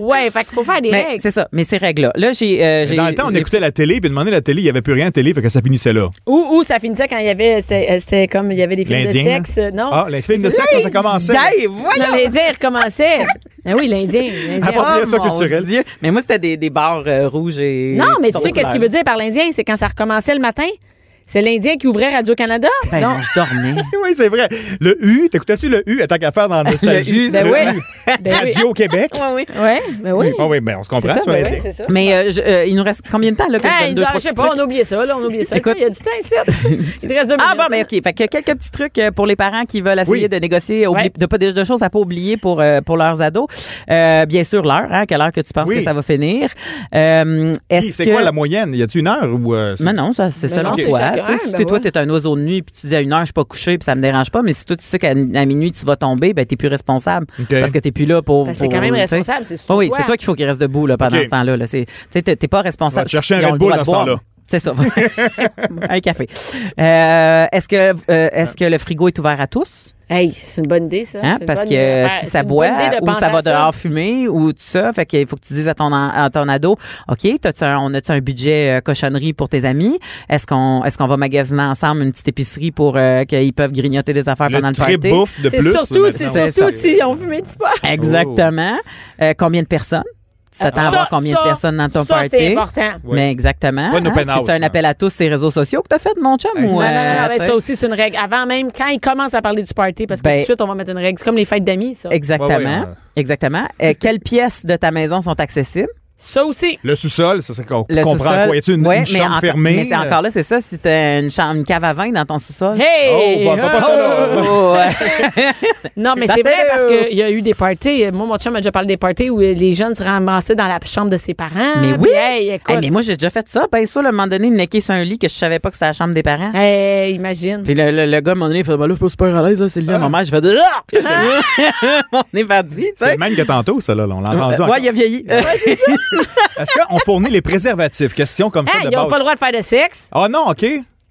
S3: ouais, fait qu'il faut faire des
S6: Mais
S3: règles.
S6: c'est ça, mais ces règles-là. Là, j'ai. euh, j'ai-
S5: Dans le temps, on
S6: j'ai-
S5: écoutait la télé, puis demandait la télé, il n'y avait plus rien à télé, fait que ça finissait là.
S3: Ou, ou ça finissait quand il y avait, c'était euh, c'était comme il y avait des films de
S5: L'Indien,
S3: sexe. euh, Non.
S5: Ah, les films de sexe, ça, ça commençait.
S6: Hey, voyons!
S3: Non, l'Indien, il recommençait. Ben oui, l'Indien. l'Indien.
S5: Ah, Appropriation
S6: mon
S5: culturelle.
S6: Dieu. Mais moi, c'était des, des barres euh, rouges et.
S3: Non, mais
S6: toutes
S3: tu
S6: sortes
S3: sais
S6: de
S3: qu'est-ce qu'il
S6: couleurs.
S3: veut dire par l'Indien? C'est quand ça recommençait le matin. C'est l'Indien qui ouvrait Radio-Canada?
S6: Ben,
S3: non.
S6: je dormais.
S5: oui, c'est vrai. Le U, t'écoutais-tu le U? Tant qu'à faire dans Nostalgie.
S3: Ben
S5: le
S3: oui.
S5: U.
S3: Ben oui.
S5: Radio-Québec.
S3: Ouais, oui. Ouais, ben oui.
S6: Oh.
S5: Ah oui, mais on se comprend,
S3: C'est ça,
S5: sur
S3: ben
S5: l'Indien.
S3: oui, c'est ça.
S6: Mais euh, je- euh, il nous reste combien de temps là, que je
S3: Hey,
S6: donne
S3: il
S6: deux,
S3: nous-
S6: trois
S3: je sais
S6: petits
S3: pas,
S6: trucs?
S3: on a oublié ça, là, on a oublié ça.
S6: Écoute.
S3: Il y a du temps ici. Il te reste deux minutes.
S6: Ah bon, mais OK. Fait que quelques petits trucs euh, pour les parents qui veulent essayer
S5: Oui.
S6: de négocier, oubli-
S3: Ouais.
S6: de pas de, de choses à pas oublier pour euh, pour leurs ados. Euh, bien sûr l'heure, hein, à quelle heure que tu penses
S5: Oui.
S6: que ça va finir. Euh,
S5: Hey,
S6: est-ce
S5: C'est
S6: que
S5: quoi la moyenne? Y a-tu une heure ou. euh, c'est-
S6: mais non, ça, c'est
S3: Ben
S6: selon
S3: non, c'est
S6: toi.
S3: chacun,
S6: Tu sais, si
S3: ben
S6: t'es- toi,
S3: ouais.
S6: t'es un oiseau de nuit, puis tu dis à une heure, je suis pas couché, puis ça me dérange pas, mais si toi, tu sais qu'à à minuit, tu vas tomber, ben t'es plus responsable.
S5: OK.
S6: Parce que t'es plus là pour...
S3: Parce que Ben, c'est
S6: pour-
S3: quand même
S6: tu sais.
S3: responsable, c'est surtout
S6: Oh Oui, oui,
S3: toi.
S6: c'est toi qu'il faut qu'il reste debout là, pendant
S5: OK.
S6: ce temps-là. là. C'est- Tu sais, t'es t'es pas responsable.
S5: Tu vas te chercher un
S6: Ils
S5: Red
S6: ont le droit
S5: Bull
S6: de
S5: dans ce
S6: boire.
S5: temps-là.
S6: C'est ça. un café. Euh, est-ce que, euh, est-ce que le frigo est ouvert à tous?
S3: Hey, c'est une bonne idée, ça.
S6: Hein?
S3: C'est une
S6: Parce
S3: bonne
S6: que
S3: idée
S6: euh,
S3: d'affaire.
S6: si
S3: C'est
S6: ça
S3: une bonne
S6: boit,
S3: idée de
S6: ou
S3: penser
S6: ça
S3: à
S6: va dehors fumer, ou tout ça, fait qu'il faut que tu dises à ton, en- à ton ado, OK, t'as-tu un, on a-tu un budget euh, cochonnerie pour tes amis? Est-ce qu'on est-ce qu'on va magasiner ensemble une petite épicerie pour euh, qu'ils peuvent grignoter des affaires pendant
S5: Le
S6: le
S5: trip
S6: party?
S5: bouffe de
S3: C'est
S5: plus.
S3: surtout,
S5: maintenant.
S3: c'est surtout si on fumait du pot.
S6: Exactement. Euh, combien de personnes? Tu t'attends à
S3: Ça,
S6: voir combien
S3: ça,
S6: de personnes dans ton
S3: ça,
S6: party?
S3: c'est important.
S6: Mais exactement.
S5: Pas nos penthouses,
S6: C'est
S5: hein.
S6: un appel à tous ces réseaux sociaux que t'as fait, mon chum?
S5: Exact.
S6: ou, euh,
S3: Ah, Non, non, non,
S5: Ouais,
S3: mais
S6: c'est-
S3: ça aussi, c'est une règle. Avant même, quand ils commencent à parler du party, parce que
S6: Ben-
S3: tout de suite, on va mettre une règle. C'est comme les fêtes d'amis, ça.
S6: Exactement.
S5: Ouais, ouais, ouais.
S6: Exactement. Euh, quelles pièces de ta maison sont accessibles?
S3: Ça aussi.
S5: Le sous-sol, ça, c'est qu'on
S6: Le
S5: comprend
S6: sous-sol.
S5: quoi. Y a-tu une,
S6: Ouais,
S5: une
S6: mais
S5: chambre
S6: enco-
S5: fermée?
S6: Mais c'est encore là, c'est ça, si t'as une, chambre, une cave à vin dans ton sous-sol.
S3: Hey!
S5: Oh, on va pas passer là.
S6: Oh, ouais.
S3: Non, mais
S6: Ça
S3: c'est vrai
S6: fait-
S3: parce qu'il y a eu des parties. Moi, mon chum m'a déjà parlé des parties où les jeunes se ramassaient dans la chambre de ses parents.
S6: mais
S3: Puis,
S6: oui!
S3: Hey, écoute.
S6: Hey, mais moi, j'ai déjà fait ça. Ben, ça, là, à un moment donné, necker sur un lit que je savais pas que c'était la chambre des parents.
S3: Hey, imagine.
S6: Puis le, le, le gars, à un moment donné, il fait, ben là, je suis pas super à l'aise, là, c'est le lit à maman. Je fais, ah! on est parti, tu
S5: C'est
S6: sais.
S5: le même que tantôt, ça, là. On l'a entendu.
S6: Euh,
S5: encore.
S6: Ouais, il a vieilli.
S5: Est-ce qu'on fournit les préservatifs? Question comme ça
S3: Hey,
S5: de
S3: ils n'ont
S5: base.
S3: pas le droit de faire de sexe.
S5: Ah non, OK.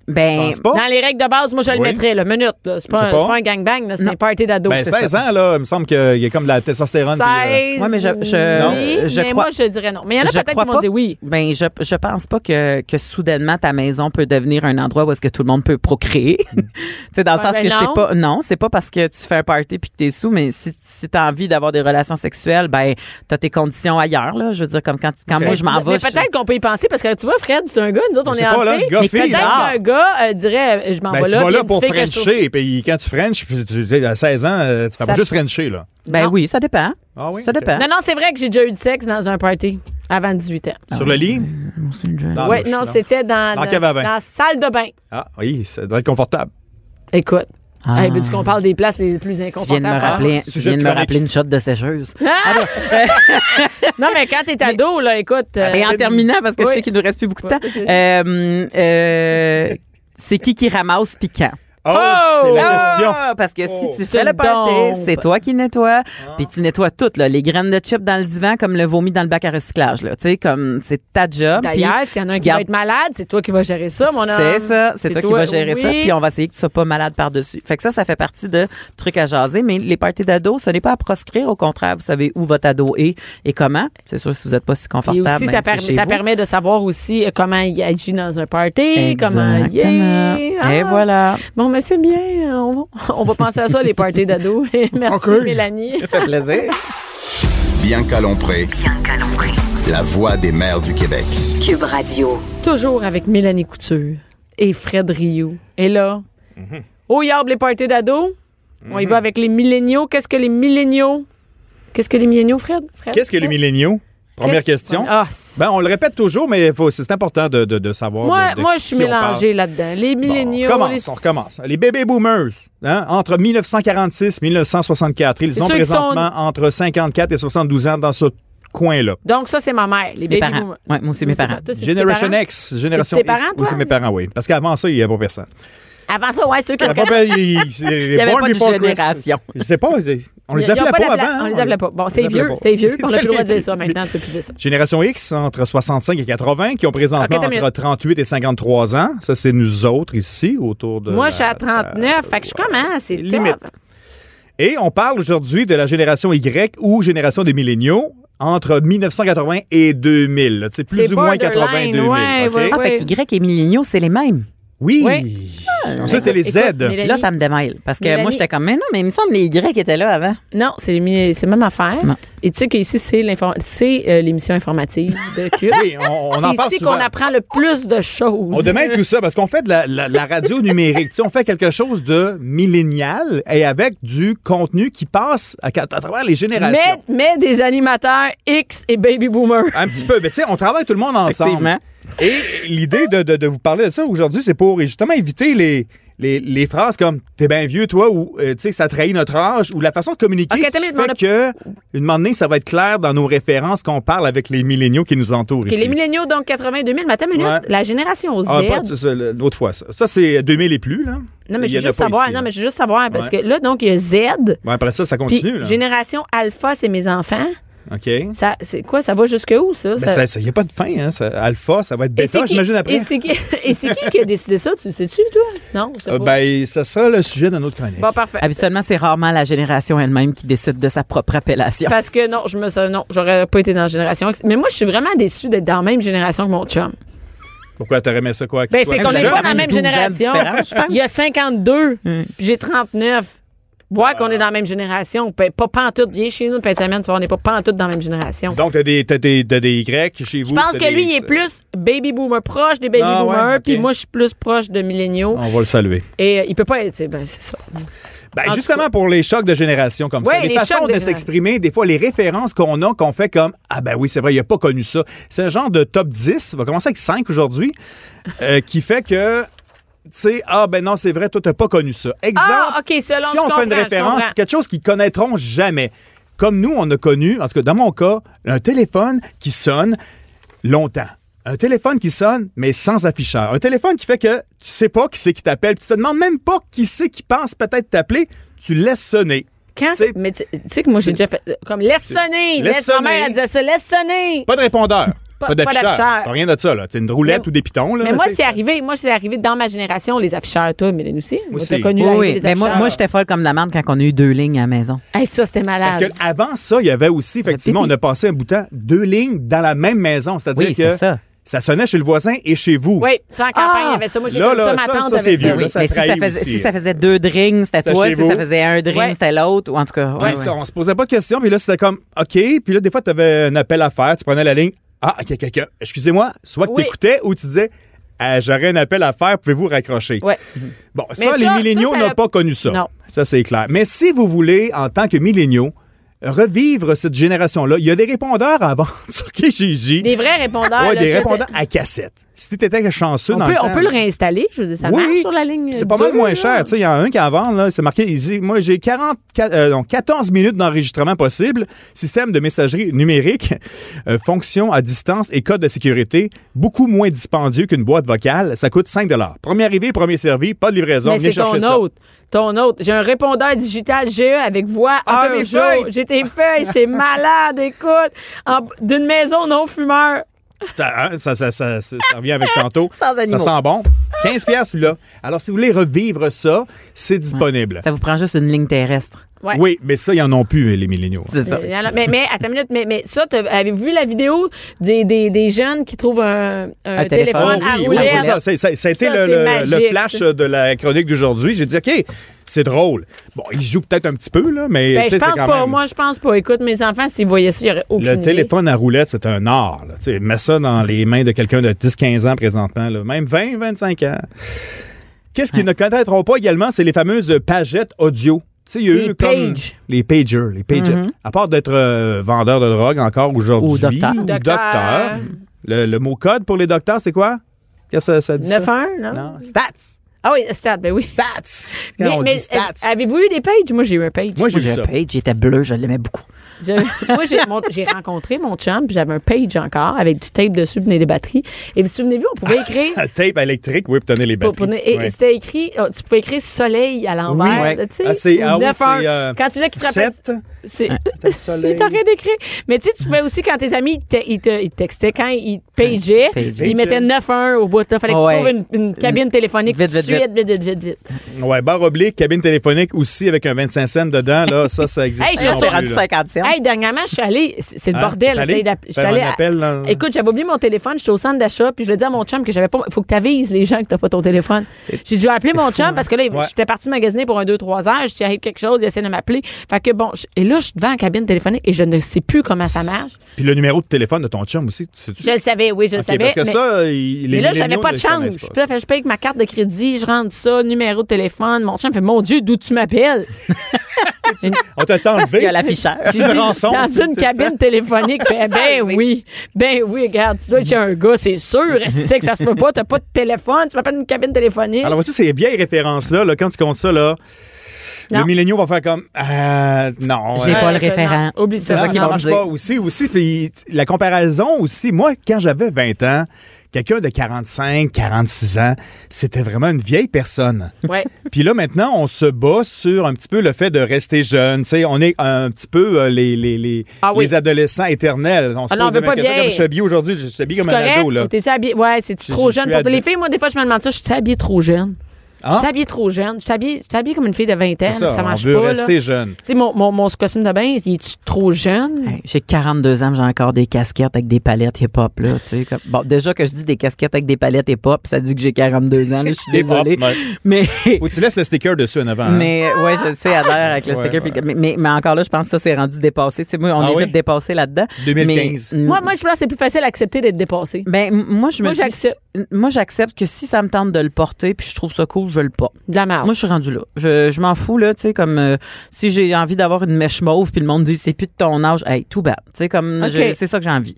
S5: Je
S6: ben,
S5: pense pas.
S3: Dans les règles de base, moi, je le
S5: Oui.
S3: mettrais, là, minute. là. C'est
S5: Je
S3: pas,
S5: sais
S3: un-
S5: pas.
S3: c'est pas un gangbang, là, c'est un party d'ado.
S5: Ben,
S3: C'est
S5: 16 ans, là, il me semble qu'il y a comme de la testostérone. puis, euh,
S3: 16,
S6: Ouais, mais je- je-
S3: oui,
S6: je
S3: mais
S6: crois-
S3: moi, je dirais non. Mais il y en a
S6: je
S3: peut-être
S6: crois
S3: qui vont
S6: pas-
S3: dire oui.
S6: Ben, je, je pense pas que, que soudainement ta maison peut devenir un endroit où est-ce que tout le monde peut procréer.
S5: Mm.
S6: tu sais, dans le
S3: Ouais,
S6: sens
S3: ben
S6: que
S3: non.
S6: c'est pas, non, c'est pas parce que tu fais un party puis que t'es sous, mais si, si t'as envie d'avoir des relations sexuelles, ben, t'as tes conditions ailleurs, là. Je veux dire, comme quand, quand moi je m'en vais.
S3: mais
S6: je-
S3: peut-être qu'on peut y penser parce que tu vois, Fred, c'est un gars, nous autres, on
S5: Je sais
S3: est
S5: pas,
S3: en
S5: là,
S3: paix.
S5: du gars
S3: Mais
S5: fille,
S3: peut-être
S6: là.
S3: qu'un gars euh, dirait euh, Je m'en
S5: Ben,
S3: vais
S5: tu
S3: là.
S5: vas
S3: puis
S5: là
S3: une
S5: pour
S3: fille que je trouve-
S5: Frencher. Puis quand tu French, puis tu tu sais, à 16 ans, euh, tu fais pas juste Frencher, là.
S6: Ben
S3: Non.
S6: oui, ça dépend.
S5: Ah oui?
S6: Ça
S5: OK.
S6: dépend.
S3: Non, non, c'est vrai que j'ai déjà eu du sexe dans un party avant 18 ans.
S5: Sur le lit? Dans
S3: ouais,
S5: la douche,
S3: non,
S5: là.
S3: c'était dans,
S5: Dans
S3: dans,
S5: la cave à vin.
S3: dans la salle de bain.
S5: Ah oui, ça doit être confortable.
S3: Écoute.
S6: Ah.
S3: Hey, Veux-tu qu'on parle des places les plus
S6: Tu viens
S3: inconfortables? Ah!
S6: de me rappeler, Ah, tu
S5: Sujet
S6: viens de me
S5: chronique.
S6: rappeler une shot de sécheuse.
S3: Non, mais quand t'es ado, là, écoute. euh,
S6: Et en terminant, parce que je
S3: Oui.
S6: sais qu'il nous reste plus beaucoup de
S3: Ouais,
S6: temps, euh, euh, c'est qui qui ramasse piquant?
S5: Oh, c'est la question.
S6: Ah, parce que
S5: Oh.
S6: si tu fais le
S3: une
S6: party,
S3: dompe.
S6: c'est toi qui nettoies,
S5: Ah.
S6: puis tu nettoies tout, là, les graines de chips dans le divan comme le vomi dans le bac à recyclage. là. Tu sais, comme c'est ta job. puis
S3: D'ailleurs, s'il y en a un
S6: tu
S3: qui va
S6: gardes-
S3: être malade, c'est toi qui vas gérer ça, mon homme.
S6: C'est ça, c'est toi, qui vas gérer ça,
S3: oui.
S6: puis on va essayer que tu sois pas malade par-dessus. Fait que ça, ça fait partie de trucs à jaser, mais les parties d'ados, ce n'est pas à proscrire, au contraire, vous savez où votre ado est et comment. C'est sûr, si vous n'êtes pas si
S3: Et
S6: confortable,
S3: aussi,
S6: ben,
S3: ça,
S5: hein,
S6: c'est
S3: permet-
S6: chez
S3: ça
S6: vous.
S3: permet de savoir aussi euh, comment il agit dans un party, comment
S6: Exactement.
S3: yeah,
S6: Et
S3: ah.
S6: voilà.
S3: Bon, mais c'est bien. On va, on va penser à ça, les parties d'ados. Merci,
S5: Ok.
S3: Mélanie.
S6: Ça fait plaisir.
S2: Bianca Lompré,
S1: Bianca Lompré.
S2: la voix des mères du Québec.
S1: Cube Radio.
S3: Toujours avec Mélanie Couture et Fred Rio. Et là,
S5: Mm-hmm.
S3: au Yarb, les parties d'ados, on y va avec les milléniaux. Qu'est-ce que les milléniaux? Qu'est-ce que les milléniaux, Fred? Fred?
S5: Qu'est-ce que les milléniaux? Première question.
S3: Ah, c'est-
S5: Ben, on le répète toujours, mais faut- c'est important de, de- de savoir.
S3: moi,
S5: de- de
S3: moi,
S5: qui
S3: je suis
S5: on parle.
S3: mélangée là-dedans. Les
S5: Bon,
S3: milléniaux.
S5: on recommence,
S3: les-
S5: on recommence. Les bébés boomers, hein, entre 1946 et 1964, ils
S3: C'est
S5: ont
S3: ceux qui sont-
S5: présentement entre 54 et 72 ans dans ce coin-là.
S3: Donc, ça, c'est ma mère, les
S6: Mes
S3: baby
S6: parents.
S3: boomers.
S6: Ouais, moi aussi, mes
S3: Toi,
S6: parents.
S3: c'est tes
S5: Generation
S3: parents?
S5: X, Génération
S3: C'est tes
S5: X.
S3: parents,
S5: Oui, c'est
S3: toi?
S5: mes parents, oui. Parce qu'avant ça, il n'y avait pas personne.
S3: Avant ça, ouais, ceux qui
S5: Il n'y
S3: ont
S6: avait
S5: avait
S6: pas de génération.
S5: Je sais pas, c'est- on les
S3: Ils ont
S5: appelait
S3: pas
S5: pas,
S3: la pla-
S5: avant. hein.
S3: On les appelait pas. Bon, c'est
S5: les
S3: vieux,
S5: appelait pas.
S3: c'est vieux. puis On n'a plus le droit de
S5: C'est
S3: dire ça
S5: vieux.
S3: maintenant, on peut plus dire ça.
S5: Génération X, entre 65 et 80, qui ont présentement
S3: Ok, t'as
S5: entre
S3: mieux.
S5: 38 et 53 ans. Ça, c'est nous autres ici, autour de.
S3: Moi,
S5: la-
S3: je suis à 39, fait que je commence, c'est
S5: Limite.
S3: tough.
S5: Et on parle aujourd'hui de la génération Y ou génération des milléniaux entre 1980 et 2000. là, tu sais, plus
S3: C'est
S5: ou moins
S3: borderline,
S5: 80 2000.
S3: ouais,
S5: OK?
S3: ouais,
S6: Ah,
S3: ouais.
S6: fait que Y et milléniaux, c'est les mêmes.
S5: Oui.
S3: Oui.
S5: Ça, c'est les
S3: Écoute,
S5: aides.
S3: mais
S6: Là, ça me démêle. Parce que
S3: Mélanie-
S6: moi, j'étais comme, mais non, mais il me semble que les Y étaient là avant.
S3: Non, c'est les mi- c'est la même affaire.
S6: Non.
S3: Et tu sais qu'ici, c'est l'infor- c'est, euh, l'émission informative de Cube.
S5: Oui, on, on en
S3: C'est
S5: parle
S3: ici
S5: souvent.
S3: qu'on apprend le plus de choses.
S5: On demande tout ça parce qu'on fait de la, la- la radio numérique. Tu sais, on fait quelque chose de millénial et avec du contenu qui passe à, à travers les générations.
S3: mais, mais des animateurs X et Baby Boomer.
S5: Un petit peu. Mais tu sais, on travaille tout le monde ensemble.
S6: Effectivement.
S5: Et l'idée de, de- de vous parler de ça aujourd'hui, c'est pour justement éviter les, les, les phrases comme T'es bien vieux, toi, ou euh, tu sais, ça trahit notre âge, ou la façon de communiquer
S3: Ok,
S5: qui
S3: attends, mais on a-
S5: fait que, une moment donné, ça va être clair dans nos références qu'on parle avec les milléniaux qui nous entourent
S3: Et
S5: ici.
S3: les milléniaux, donc 82 000, mais attends une minute,
S5: Ouais.
S3: la génération Z.
S5: Ah, pas de- ça, le- l'autre fois, ça. Ça, c'est 2000 et plus, là.
S3: non, mais
S5: Il
S3: je
S5: y
S3: veux
S5: en a
S3: juste
S5: pas
S3: savoir,
S5: ici,
S3: non,
S5: là.
S3: mais je veux juste savoir, parce
S5: Ouais.
S3: que là, donc, il y a Z,
S5: Bon, après ça, ça
S3: puis
S5: continue, là.
S3: génération Alpha, c'est mes enfants.
S5: OK.
S3: Ça, c'est quoi, ça va jusque où, ça?
S5: Ben,
S3: Ça-
S5: ça, il n'y a pas de fin, hein. ça- alpha, ça va être
S3: Et c'est
S5: bêta,
S3: qui-
S5: j'imagine,
S3: Et
S5: après.
S3: c'est qui, et c'est qui qui a décidé ça? Tu le sais-tu, toi? Non, je sais
S5: Euh,
S3: pas.
S5: ben, ça sera le sujet d'un autre chronique.
S3: Bon, parfait.
S6: Habituellement, c'est rarement la génération elle-même qui décide de sa propre appellation.
S3: Parce que non, je me ça, non, j'aurais pas été dans la génération X. Mais moi, je suis vraiment déçue d'être dans la même génération que mon chum.
S5: Pourquoi t'aurais aimé ça, quoi? qu'il
S3: Ben,
S5: soit
S3: c'est
S5: plus
S3: qu'on
S6: vous
S3: est
S6: avez
S5: jeune?
S3: pas dans
S6: quand
S3: la même
S6: même 12 ans de
S3: génération. Hmm.
S6: différence, je pense.
S3: Il y a 52, puis j'ai 39.
S5: Ah.
S3: Voir qu'on est dans la même génération. Puis Pas pantoute. Viens chez nous une fin de semaine, tu vois, on n'est pas pantoute dans la même génération.
S5: Donc, t'as des, t'as des, t'as des Y chez vous.
S3: Je pense
S5: t'as
S3: que lui,
S5: des-
S3: il est plus baby boomer, proche des baby
S5: Ah, ouais,
S3: boomers,
S5: ok. Ah.
S3: puis moi, je suis plus proche de milléniaux.
S5: On va le saluer.
S3: Et euh, il peut pas être. c'est- Ben, c'est ça.
S5: Ben,
S3: En tout
S5: justement, pour les chocs de génération comme ça,
S3: Ouais,
S5: les,
S3: les
S5: façons
S3: chocs
S5: de
S3: de
S5: s'exprimer, des fois, les références qu'on a, qu'on fait comme Ah, ben oui, c'est vrai, il n'a pas connu ça. C'est un genre de top 10, on va commencer avec 5 aujourd'hui, euh, qui fait que. Tu sais, ah ben non, c'est vrai, toi, t'as pas connu ça. Exemple,
S3: Ah, OK, selon-
S5: si
S3: je
S5: on fait une
S3: comprends, je
S5: référence,
S3: comprends.
S5: quelque chose qu'ils connaîtront jamais. Comme nous, on a connu, en tout cas, dans mon cas, un téléphone qui sonne longtemps. Un téléphone qui sonne, mais sans afficheur. Un téléphone qui fait que tu sais pas qui c'est qui t'appelle, puis tu te demandes même pas qui c'est qui pense peut-être t'appeler, tu laisses sonner.
S3: Quand
S5: C'est-
S3: c'est- Mais tu tu sais que moi, j'ai déjà fait. euh, Comme, laisse sonner!
S5: Laisse
S3: Laisse, ma
S5: sonner.
S3: mère, elle disait ça, laisse sonner!
S5: Pas de répondeur, pas,
S3: pas
S5: d'afficheur,
S3: d'afficheur.
S5: pas rien de ça, là. C'est une roulette
S3: Mais-
S5: ou des pitons, là.
S3: Mais moi,
S5: tu sais.
S3: c'est arrivé. Moi, c'est arrivé dans ma génération, les afficheurs, toi, Mélanie aussi. Moi,
S5: aussi.
S3: t'as connu
S6: Oui,
S3: l'arrivée
S6: oui.
S3: des
S6: Mais moi,
S3: afficheurs.
S6: moi j'étais folle comme de la merde quand on a eu deux lignes à la maison.
S3: Hey, ça, c'était malade.
S5: Parce que avant ça, il y avait aussi, effectivement, on a passé un bout de temps, deux lignes dans la même maison. C'est-à-dire
S6: Oui,
S5: que
S6: c'est ça.
S5: sonnait chez le voisin et chez vous.
S3: Oui, ça, en campagne, il y avait ça. Moi, j'ai
S5: là,
S3: connu
S5: là,
S3: ça, ma
S5: ça,
S3: tante
S5: ça,
S3: avait
S5: c'est vieux,
S3: oui.
S5: là, ça
S6: mais si ça,
S5: trahit
S6: faisait,
S5: aussi.
S6: si ça faisait deux drinks, c'était
S5: C'était
S6: toi.
S5: chez
S6: Si ça
S5: vous.
S6: faisait un drink,
S3: Ouais.
S6: c'était l'autre. Ou en tout cas, ouais,
S5: Puis
S6: ouais.
S5: ça, on se posait pas de questions, puis là, c'était comme, OK. Puis là, des fois, tu avais un appel à faire, tu prenais la ligne. Ah, il y a quelqu'un. Excusez-moi. Soit que
S3: Oui.
S5: t'écoutais ou tu disais, Ah, j'aurais un appel à faire, pouvez-vous raccrocher?
S3: Ouais.
S5: Bon,
S3: Mais
S5: ça,
S3: ça,
S5: les
S3: ça,
S5: milléniaux
S3: ça
S5: n'ont
S3: a-
S5: pas connu ça.
S3: Non.
S5: Ça, c'est clair. Mais si vous voulez, en tant que milléniaux, revivre cette génération-là, il y a des répondeurs avant sur Kijiji.
S3: Des vrais répondeurs.
S5: Ouais,
S3: là,
S5: des
S3: que-
S5: répondeurs à cassette. Si tu étais chanceux
S3: On
S5: dans
S3: peut,
S5: le temps.
S3: on peut le réinstaller, je veux dire, ça
S5: Oui,
S3: marche sur la ligne.
S5: C'est
S3: euh,
S5: pas mal
S3: dure,
S5: moins
S3: là.
S5: cher. Tu sais, Il y en a un qui en vend, là, c'est marqué ici. Moi, j'ai 40, euh, non, 14 minutes d'enregistrement possible, système de messagerie numérique, euh, fonction à distance et code de sécurité, beaucoup moins dispendieux qu'une boîte vocale. Ça coûte 5 Premier arrivé, premier servi, pas de livraison.
S3: Mais
S5: Venez
S3: c'est ton
S5: chercher ça.
S3: autre. Ton autre. J'ai un répondeur digital GE avec voix,
S5: Ah, t'as
S3: heure,
S5: des
S3: jour.
S5: feuilles!
S3: J'ai tes feuilles, c'est malade, écoute. En- D'une maison non fumeur.
S5: T'as- hein, Ça, ça, ça, ça- ça revient avec tantôt.
S6: Sans
S5: ça
S6: animaux.
S5: sent bon. 15 piastres, celui-là. Alors, si vous voulez revivre ça, c'est disponible.
S6: Ça vous prend juste une ligne terrestre.
S3: Ouais.
S5: Oui, mais ça, ils en ont plus, les milléniaux.
S6: C'est ça.
S3: Mais, mais, mais attends une minute, mais, mais ça, t'as- avez-vous vu la vidéo des, des, des jeunes qui trouvent un, un
S6: Un
S3: téléphone,
S6: téléphone.
S3: à
S5: Ah oui, oui,
S3: roulette?
S5: c'est ça. C'est- ça- ça a été
S3: Ça,
S5: le,
S3: c'est
S5: le-
S3: magique,
S5: le flash
S3: ça.
S5: de la chronique d'aujourd'hui. J'ai dit, OK, c'est drôle. Bon, il joue peut-être un petit peu, là, mais
S3: Ben,
S5: tu
S3: je
S5: sais, c'est
S3: pense
S5: quand
S3: pas.
S5: même-
S3: Moi, je pense pas. Écoute, mes enfants, s'ils voyaient ça, il y aurait aucune
S5: Le
S3: idée.
S5: téléphone à roulette, c'est un art. Là. Tu sais, Mets ça dans les mains de quelqu'un de 10-15 ans présentement, là. même 20-25 ans. Qu'est-ce
S3: Ah.
S5: qu'ils ne connaîtront pas également, c'est les fameuses pagettes audio. Tu sais, il y a
S3: Les
S5: eu comme-
S3: pages. Mm-hmm.
S5: les pagers, les pagettes. À part d'être euh, vendeur de drogue encore aujourd'hui,
S6: Ou docteur.
S3: Docteur.
S5: docteur, Le, le mot code pour les docteurs, c'est quoi? Qu'est-ce que ça, ça dit? ça?
S3: 9-1, non?
S5: Non, stats.
S3: Ah oui, stats, ben oui.
S5: Stats. Quand
S3: Mais,
S5: on
S3: mais,
S5: dit stats.
S3: euh, avez-vous eu des pages? Moi, j'ai eu un page.
S5: moi, j'ai
S6: Moi,
S5: vu
S6: j'ai
S5: ça.
S6: un page, j'étais bleu, je l'aimais beaucoup.
S3: Je- moi, j'ai, mon- j'ai rencontré mon chum, puis j'avais un page encore, avec du tape dessus, puis des batteries. Et vous vous souvenez-vous, on pouvait écrire...
S5: Un tape électrique, oui, pour tenir les
S3: pour-
S5: batteries.
S3: pour- et,
S5: Ouais.
S3: et c'était écrit, oh, tu pouvais écrire soleil à l'envers,
S6: Oui.
S3: là, tu sais.
S5: Ah, c'est-
S3: ou
S5: ah oui,
S3: 9-1.
S5: c'est, euh,
S3: Quand tu l'as qui te rappelle.
S5: Sept. Ah.
S3: C'est,
S5: Soleil.
S3: il t'a rien décrit. Mais tu sais, tu pouvais aussi, quand tes amis, ils te, ils te- ils te textaient, quand ils te pageaient,
S6: pageaient.
S3: ils mettaient 9-1 au bout. Il fallait que
S6: Ouais.
S3: tu trouves une, une cabine téléphonique
S6: Vite,
S3: tout de
S6: vite, vite.
S3: suite, vite, vite, vite, vite.
S5: Ouais, barre oblique, cabine téléphonique aussi avec un 25 cents dedans. Là, ça, ça existe.
S3: Hey,
S5: plus
S3: je
S5: non
S3: sais,
S5: plus,
S6: C'est rendu
S5: là.
S6: 50 cents.
S3: Hey, dernièrement, je suis allée, c'est c'est le
S5: Hein?
S3: bordel.
S5: T'es allée?
S3: j'essaye d'app- Je suis
S5: Faire un
S3: allée à-
S5: appel dans-
S3: Écoute, j'avais oublié mon téléphone, j'étais au centre d'achat, puis je le dis à mon chum que j'avais pas. Faut que t'avises les gens que t'as pas ton téléphone. J'ai dû appeler mon chum parce que là,
S5: hein? Ouais.
S3: j'étais parti magasiner pour un, deux, trois heures, j'étais arrivé quelque chose, il essaie de m'appeler. Fait que bon, je- et là, je suis devant la cabine téléphonique et je ne sais plus comment ça marche.
S5: Puis le numéro de téléphone de ton chum aussi, tu sais-tu?
S3: Je le savais, oui, je le
S5: Ok,
S3: savais.
S5: Parce que
S3: mais-
S5: ça, il
S3: mais
S5: les
S3: là, j'avais
S5: milléniaux
S3: pas
S5: ne
S3: de
S5: le
S3: change.
S5: connaissent pas.
S3: Puis là, fait que je paye avec ma carte de crédit, je rentre ça, numéro de téléphone. Mon chum fait Mon Dieu, d'où tu m'appelles? Une-
S5: On t'a
S6: Il y a
S5: enlevé.
S6: l'afficheur.
S5: J'ai dit- rançon,
S3: dans
S5: c'est
S3: une
S5: ça.
S3: cabine téléphonique. Fait, ben oui, ben oui, regarde, tu dois être chez un gars, c'est sûr. C'est que ça se peut pas, t'as pas de téléphone, tu m'appelles une cabine téléphonique.
S5: Alors, vois-tu, ces vieilles références-là, là, quand tu comptes ça, là,
S3: Non.
S5: le milléniaux va faire comme. Ah, non.
S6: J'ai
S5: euh,
S6: pas le
S3: Euh,
S6: référent.
S3: non, oublie
S6: C'est
S3: ça.
S6: ça qu'ils
S5: ça
S6: vont
S5: marche
S6: dire.
S5: pas aussi. aussi puis la comparaison aussi. Moi, quand j'avais 20 ans, quelqu'un de 45, 46 ans, c'était vraiment une vieille personne.
S3: Ouais.
S5: Puis là, maintenant, on se bat sur un petit peu le fait de rester jeune. Tu sais, on est un petit peu euh, les, les, les,
S3: Ah oui.
S5: les adolescents éternels. On se
S3: Ah non, on
S5: pose
S3: veut
S5: la même
S3: pas
S5: question.
S3: vieille.
S5: Comme je suis habillé aujourd'hui, je suis habillé
S3: C'est
S5: comme un
S3: correct?
S5: ado. Là.
S3: Ou t'es-tu habillé? Ouais, c'est
S5: Je-
S3: trop
S5: je- je
S3: jeune
S5: suis
S3: pour toi?
S5: ado.
S3: les filles. Moi, des fois, je me demande ça, je suis habillée trop jeune. Je
S5: Ah,
S3: suis habillée trop jeune. Je suis habillée, je suis habillée comme une fille de 20 ans.
S5: c'est
S3: Ça,
S5: ça, on
S3: marche
S5: veut
S3: pas. là.
S5: rester
S3: Tu
S5: jeune.
S3: sais, mon, mon, mon costume de bain, il est-tu trop jeune?
S6: Hey, J'ai 42 ans, j'ai encore des casquettes avec des palettes hip-hop. Là, tu sais, comme- Bon, déjà que je dis des casquettes avec des palettes hip-hop, ça dit que j'ai 42 ans. là, Je suis désolée.
S5: Hip-hop, ouais.
S6: Mais,
S5: Faut que tu laisses le sticker dessus en avant.
S3: Ah.
S5: hein.
S6: mais ouais, je sais, à l'heure avec le
S5: Ouais,
S6: sticker.
S5: ouais.
S6: puis- Mais, mais, mais encore là, je pense que ça s'est rendu dépassé. Tu sais, moi, on
S5: Ah
S6: est
S5: oui?
S6: vite dépassé là-dedans.
S5: 2015.
S6: Mais- mm,
S3: Moi, moi, je pense que c'est plus facile d'accepter d'être dépassée.
S6: Ben, m- moi, je me
S3: Moi,
S6: dis-
S3: j'accepte.
S6: Moi, j'accepte que si ça me tente de le porter, puis je trouve ça cool, je le porte.
S3: De la merde.
S6: Moi, je suis rendu là. Je, je m'en fous, là, tu sais, comme euh, si j'ai envie d'avoir une mèche mauve, puis le monde dit c'est plus de ton âge, hey, tout bad. Tu sais, comme
S3: Ok.
S6: je- c'est ça que j'ai envie.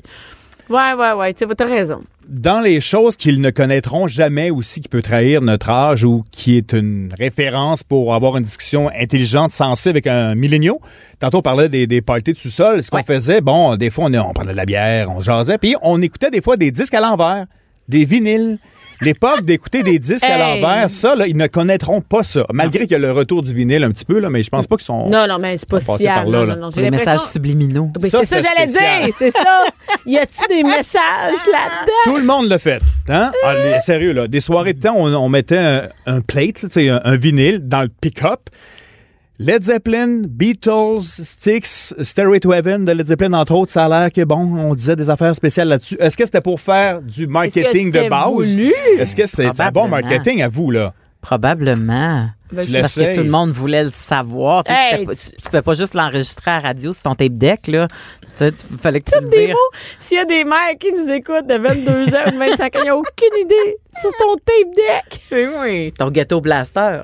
S3: Ouais, ouais, ouais. Tu sais, t'as raison.
S5: dans les choses qu'ils ne connaîtront jamais aussi, qui peut trahir notre âge ou qui est une référence pour avoir une discussion intelligente, sensée avec un milléniaux. Tantôt, on parlait des, des parties de sous-sol. Ce qu'on faisait, bon, des fois, on, on prenait de la bière, on jasait, puis on écoutait des fois des disques à l'envers, des vinyles. L'époque d'écouter des disques à
S3: Hey! Ah
S5: l'envers, ça, là, ils ne connaîtront pas ça. Malgré qu'il y a le retour du vinyle un petit peu, là, mais je pense pas qu'ils sont...
S3: Non, non, mais c'est pas
S5: On
S3: si
S5: passait par
S3: ah,
S5: là,
S3: non,
S5: là.
S3: non, non, j'ai
S6: Les messages
S3: l'impression-
S6: subliminaux.
S3: Ben,
S5: Ça,
S3: c'est ça que
S5: c'est
S3: j'allais
S5: spécial.
S3: dire, c'est ça. Y a-tu des messages là-dedans?
S5: Tout le monde le fait. Hein? Ah, les- sérieux, là. Des soirées de temps, on, on mettait un, un plate, là, tu sais, un, un vinyle dans le pick-up. Led Zeppelin, Beatles, Styx, Stairway to Heaven de Led Zeppelin, entre autres, ça a l'air que, bon, on disait des affaires spéciales là-dessus. Est-ce que c'était pour faire du marketing
S3: c'était
S5: de base?
S3: voulu?
S5: Est-ce que c'était un bon
S6: Probablement.
S5: marketing à vous, là?
S6: Probablement.
S5: Tu
S6: Parce que
S5: l'essayes.
S6: tout le monde voulait le savoir. Tu sais,
S3: Ben, Hey,
S6: tu fais pas-
S3: tu-
S6: tu ne peux pas juste l'enregistrer à la radio sur ton tape deck. Là. Tu sais, tu- fallait que tu le
S3: Des
S6: vires.
S3: mots. S'il y a des mères qui nous écoutent de 22 ans ou de 25 ans, ils n'ont aucune idée. C'est ton tape deck.
S6: Eh oui, ton ghetto blaster.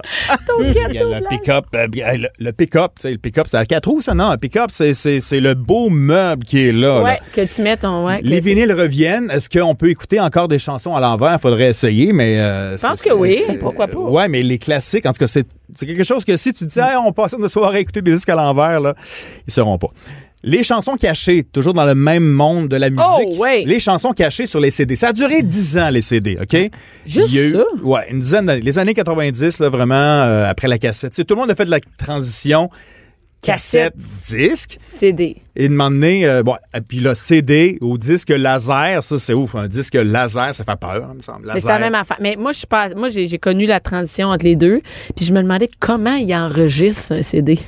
S3: Ton
S5: Il y a
S3: gâteau
S5: le
S3: blanc.
S5: pick-up, euh, le, le pick-up, tu sais, le pick-up, c'est à quatre roues, ça, non? Un pick-up, c'est- c'est c'est le beau meuble qui est là. là.
S3: Ouais, que tu mets ton. Ouais, que
S5: Les
S3: c'est-
S5: vinyles reviennent. Est-ce qu'on peut écouter encore des chansons à l'envers? Faudrait essayer, mais... euh,
S3: Je pense
S5: c'est-
S3: que oui.
S5: c'est-
S3: Pourquoi pas?
S5: Ouais, mais les classiques, en tout cas, c'est c'est quelque chose que si tu dis, Hey, on passe une soirée à écouter des disques à l'envers, là, ils seront pas. Les chansons cachées, toujours dans le même monde de la musique.
S3: Oh, ouais.
S5: Les chansons cachées sur les CD. Ça a duré 10 ans, les CD, OK?
S3: Ah, Juste
S5: Il y a eu-
S3: ça?
S5: Ouais, une dizaine d'années. Les années 90, là, vraiment, euh, après la cassette. Tu sais, tout le monde a fait de la transition cassette, disque.
S3: CD.
S5: Et de m'emmener, euh, bon, et puis le CD au disque laser, ça c'est ouf, un disque laser, ça fait peur, il me semble.
S3: Mais c'est la
S5: Laser.
S3: même affaire. Mais moi, je suis pas. Moi, j'ai j'ai connu la transition entre les deux. Puis je me demandais comment ils enregistrent un CD.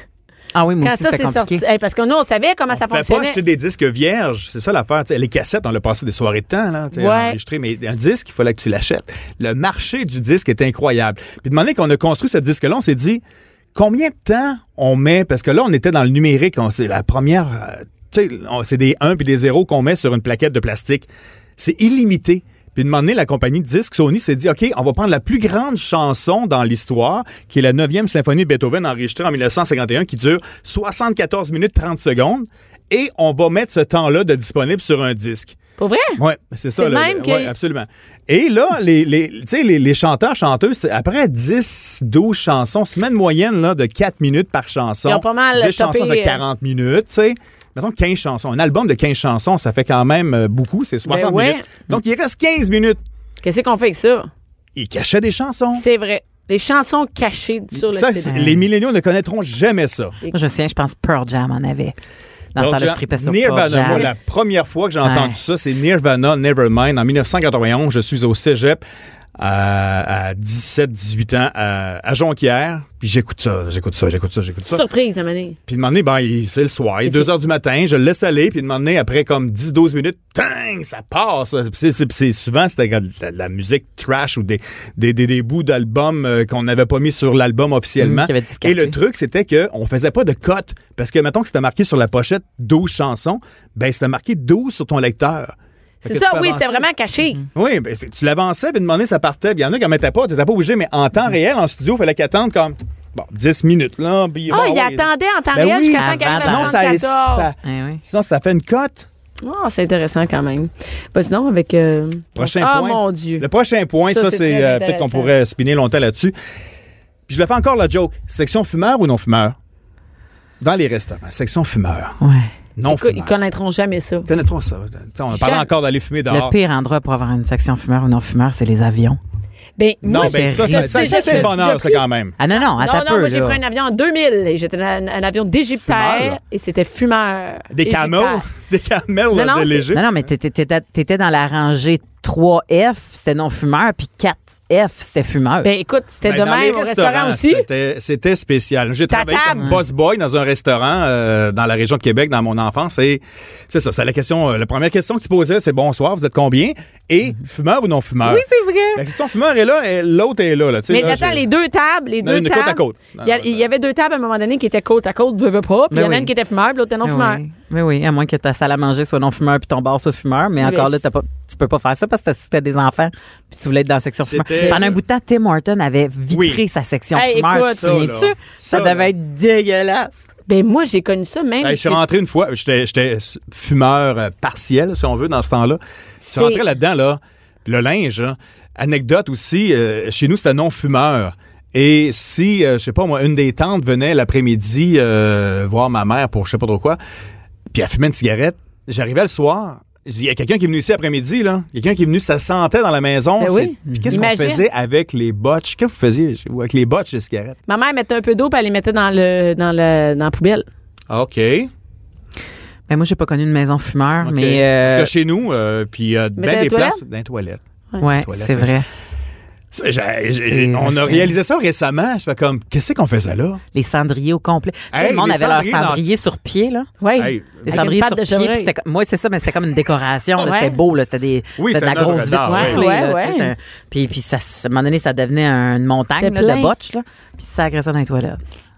S6: Ah oui, moi
S3: Quand
S6: aussi,
S3: ça
S6: c'était
S3: c'est sorti.
S6: compliqué.
S3: Hey, parce que nous, on savait comment ça
S5: on fait pas
S3: fonctionnait.
S5: acheter des disques vierges, c'est ça l'affaire. tu sais, Les cassettes, on l'a passé des soirées de temps, là, tu sais,
S3: Ouais.
S5: à enregistrer, mais un disque, il fallait que tu l'achètes. Le marché du disque est incroyable. Puis demander qu'on a construit ce disque-là, on s'est dit, combien de temps on met, parce que là, on était dans le numérique, on- c'est la première, euh, tu sais, on- c'est des 1 puis des 0 qu'on met sur une plaquette de plastique. C'est illimité. Puis de donné, la compagnie de disques Sony s'est dit, OK, on va prendre la plus grande chanson dans l'histoire, qui est la 9e symphonie de Beethoven enregistrée en 1951, qui dure 74 minutes 30 secondes, et on va mettre ce temps-là de disponible sur un disque.
S3: Pour vrai?
S5: Oui, c'est ça.
S3: C'est
S5: là,
S3: même
S5: le-
S3: que-
S5: ouais, absolument. Et là, les, les, tu sais, les, les chanteurs, chanteuses, c'est après 10, 12 chansons, semaine moyenne là, de 4 minutes par chanson.
S3: Ils ont pas mal
S5: 10 chansons de
S3: topé, euh,
S5: 40 minutes, tu sais. Mettons 15 chansons. Un album de 15 chansons, ça fait quand même euh, beaucoup, c'est 60
S3: Ben ouais.
S5: minutes. Donc, il reste 15 minutes.
S3: Qu'est-ce qu'on fait avec ça?
S5: Ils cachaient des chansons.
S3: C'est vrai. Les chansons cachées sur le
S5: Ça,
S3: CD.
S5: c'est- les milléniaux ne connaîtront jamais ça.
S6: Moi, je me souviens, je pense Pearl Jam en avait. Dans
S5: Donc,
S6: ce temps-là, je
S5: Jean-
S6: tripais sur Pearl
S5: Nirvana,
S6: Jam.
S5: moi, la première fois que j'ai entendu
S6: Ouais.
S5: ça, c'est Nirvana Nevermind. En 1991, je suis au cégep. euh, à, à 17, 18 ans à, à Jonquière. Puis j'écoute ça, j'écoute ça, j'écoute ça, j'écoute ça.
S3: Surprise, à mener.
S5: Puis de m'emmener, ben, il- c'est le soir, 2 heures du matin, je le laisse aller, puis de m'emmener, après comme 10-12 minutes, tang, ça passe. Puis c'est- c'est- c'est- souvent, c'était de la, la musique trash ou des, des, des, des bouts d'albums euh, qu'on n'avait pas mis sur l'album
S3: Mmh,
S5: officiellement.
S6: Mm, qu'il avait
S5: Et
S6: discardé.
S5: le truc, c'était qu'on faisait pas de cote, parce que, mettons que c'était marqué sur la pochette 12 chansons, ben, c'était marqué 12 sur ton lecteur. Fait
S3: C'est
S5: que tu
S3: ça,
S5: peux
S3: oui,
S5: avancer.
S3: c'est vraiment caché.
S5: Oui, ben, c'est- tu l'avançais, puis demander, ça partait. Puis il y en a qui n'en mettaient pas, tu n'étais pas obligé, mais en
S3: Mmh.
S5: temps réel, en studio, il fallait qu'attendre comme bon, 10 minutes. Là, puis,
S3: Ah,
S5: bon,
S3: il
S5: ouais.
S3: attendait en temps
S5: Ben
S3: réel
S5: oui,
S3: jusqu'à temps qu'elle
S6: avant,
S5: Sinon,
S3: fasse
S5: ça,
S3: 74.
S5: ça-
S6: Eh oui.
S5: sinon, ça fait une cote.
S3: Ah, c'est intéressant quand même. Bah, sinon, avec. euh,
S5: Prochain
S3: ah,
S5: point.
S3: mon Dieu.
S5: Le prochain point,
S3: Ça,
S5: ça,
S3: c'est
S5: c'est
S3: très
S5: euh, peut-être qu'on
S3: intéressant.
S5: pourrait spinner longtemps là-dessus. Puis je le fais encore la joke. Section fumeur ou non fumeur? Dans les restaurants, section fumeur,
S6: Ouais.
S5: non
S3: Écoute, Ils
S5: fumeur.
S3: connaîtront jamais ça.
S5: Connaîtrons ça. T'sais, on parle
S3: Jamais.
S5: encore d'aller fumer dehors.
S6: Le pire endroit pour avoir une section fumeur ou non fumeur, c'est les avions.
S3: Ben,
S5: Non,
S3: moi,
S5: ben
S6: j'ai-
S5: ça, ça,
S3: j'ai
S5: ça,
S3: déjà-
S5: c'était
S3: j'ai
S5: le bonheur,
S3: déjà
S5: ça
S3: pris-
S5: quand même.
S6: Ah non, non, attends
S3: Non,
S6: un
S3: non,
S6: peu.
S3: moi, j'ai
S6: là.
S3: pris un avion en 2000 et j'étais dans un, un avion d'Égyptaire
S5: Fumeur.
S3: et c'était fumeur.
S5: Des
S3: Égyptaire.
S5: camels, des camels
S3: Non, non,
S5: de
S3: c'est-
S5: léger.
S6: Non, non, mais t'étais- t'étais t'étais dans la rangée 3F, c'était non fumeur, puis 4F, c'était fumeur.
S3: Ben, écoute, c'était
S5: Ben,
S3: de
S5: dans les
S3: même au restaurant
S5: restaurants,
S3: aussi.
S5: c'était- C'était spécial. J'ai
S3: Ta
S5: travaillé
S3: table.
S5: comme boss boy dans un restaurant euh, dans la région de Québec dans mon enfance. Et c'est ça, c'est la question. euh, la première question que tu posais, c'est bonsoir, vous êtes combien?
S3: Mhm.
S5: Et fumeur ou non fumeur?
S6: oui, c'est vrai.
S5: La question fumeur est là, et l'autre est là. là. Tu sais,
S3: Mais
S5: là,
S3: attends,
S5: Ben, j'ai-
S3: les deux tables, les
S5: Non,
S3: deux
S5: une
S3: tables.
S5: côte à côte.
S3: Il y a- il y, avait deux tables à un moment donné qui étaient côte à côte, veux, veux pas. Puis il y
S6: Ben
S3: en a
S6: oui.
S3: une qui était fumeur, puis l'autre était non
S6: Mais
S3: fumeur.
S6: Ah oui. Mais oui, à moins que ta salle à manger soit non fumeur, puis ton bar soit fumeur. Mais
S3: Mais
S6: encore là,
S3: c'est-
S6: t'as pas, tu peux pas faire ça parce que c'était des enfants, puis tu voulais être dans la section fumeur.
S5: C'était-
S6: Pendant un bout de temps, Tim Horton avait vitré
S5: Oui.
S6: sa section
S3: Hey,
S6: fumeur.
S3: écoute,
S6: tu
S5: ça,
S6: te souviens-tu?
S5: là.
S6: Ça,
S5: Ça,
S6: devait
S5: là.
S6: être dégueulasse.
S3: Ben moi, j'ai connu ça même.
S5: Hey, je suis
S3: c'est-
S5: rentré une fois, j'étais j'étais fumeur euh, partiel, si on veut, dans ce temps-là. Je suis rentré là-dedans, là, le linge. hein. Anecdote aussi, euh, chez nous, c'était non-fumeur. Et si, euh, je sais pas moi, une des tantes venait l'après-midi euh, voir ma mère pour je sais pas trop quoi, puis elle fumait une cigarette, j'arrivais le soir, je dis, il y a quelqu'un qui est venu ici après-midi, là. Quelqu'un qui est venu, ça sentait dans la maison.
S3: Ben
S5: C'est-
S3: oui.
S5: Puis qu'est-ce qu'on
S3: Imagine.
S5: faisait avec les botches? Qu'est-ce que vous faisiez chez vous avec les botches de cigarettes?
S3: Ma mère mettait un peu d'eau, puis elle les mettait dans, le, dans, le, dans la poubelle.
S5: OK.
S6: Mais Ben, moi, j'ai pas connu une maison fumeur,
S5: OK.
S6: mais.
S5: Parce
S6: euh,
S5: que chez nous, Ah, euh, puis
S3: Mais
S5: euh,
S3: dans
S5: ben
S3: les
S5: des places
S3: toilettes?
S5: dans les toilettes.
S6: ouais,
S5: toilettes,
S6: c'est
S5: ça,
S6: vrai.
S5: Ça, j'ai- j'ai-
S6: C'est-
S5: on a réalisé ça récemment. Je fais comme, qu'est-ce qu'on faisait là?
S6: Les cendriers au complet. Tu sais,
S5: Hey,
S6: le monde
S5: les
S6: avait leurs
S5: cendriers dans-
S6: cendriers sur pied, là.
S3: Oui.
S5: Hey,
S6: Les
S3: Avec
S6: cendriers
S3: une
S6: sur
S3: pâte de
S6: pied,
S3: chevreuil.
S6: puis c'était comme- moi c'est ça, mais c'était comme une décoration, là,
S3: Ouais.
S6: c'était beau, là, c'était des,
S5: Oui,
S6: c'était de
S5: c'est
S6: la
S5: une œuvre
S6: grosse vitre
S5: d'art,
S3: ouais.
S6: soufflée,
S3: Ouais,
S6: là, tu sais,
S3: ouais.
S6: c'était un- puis puis ça, à un moment donné, ça devenait une montagne
S3: C'était
S6: là,
S3: plein.
S6: de botches, là, puis ça agressait dans les toilettes.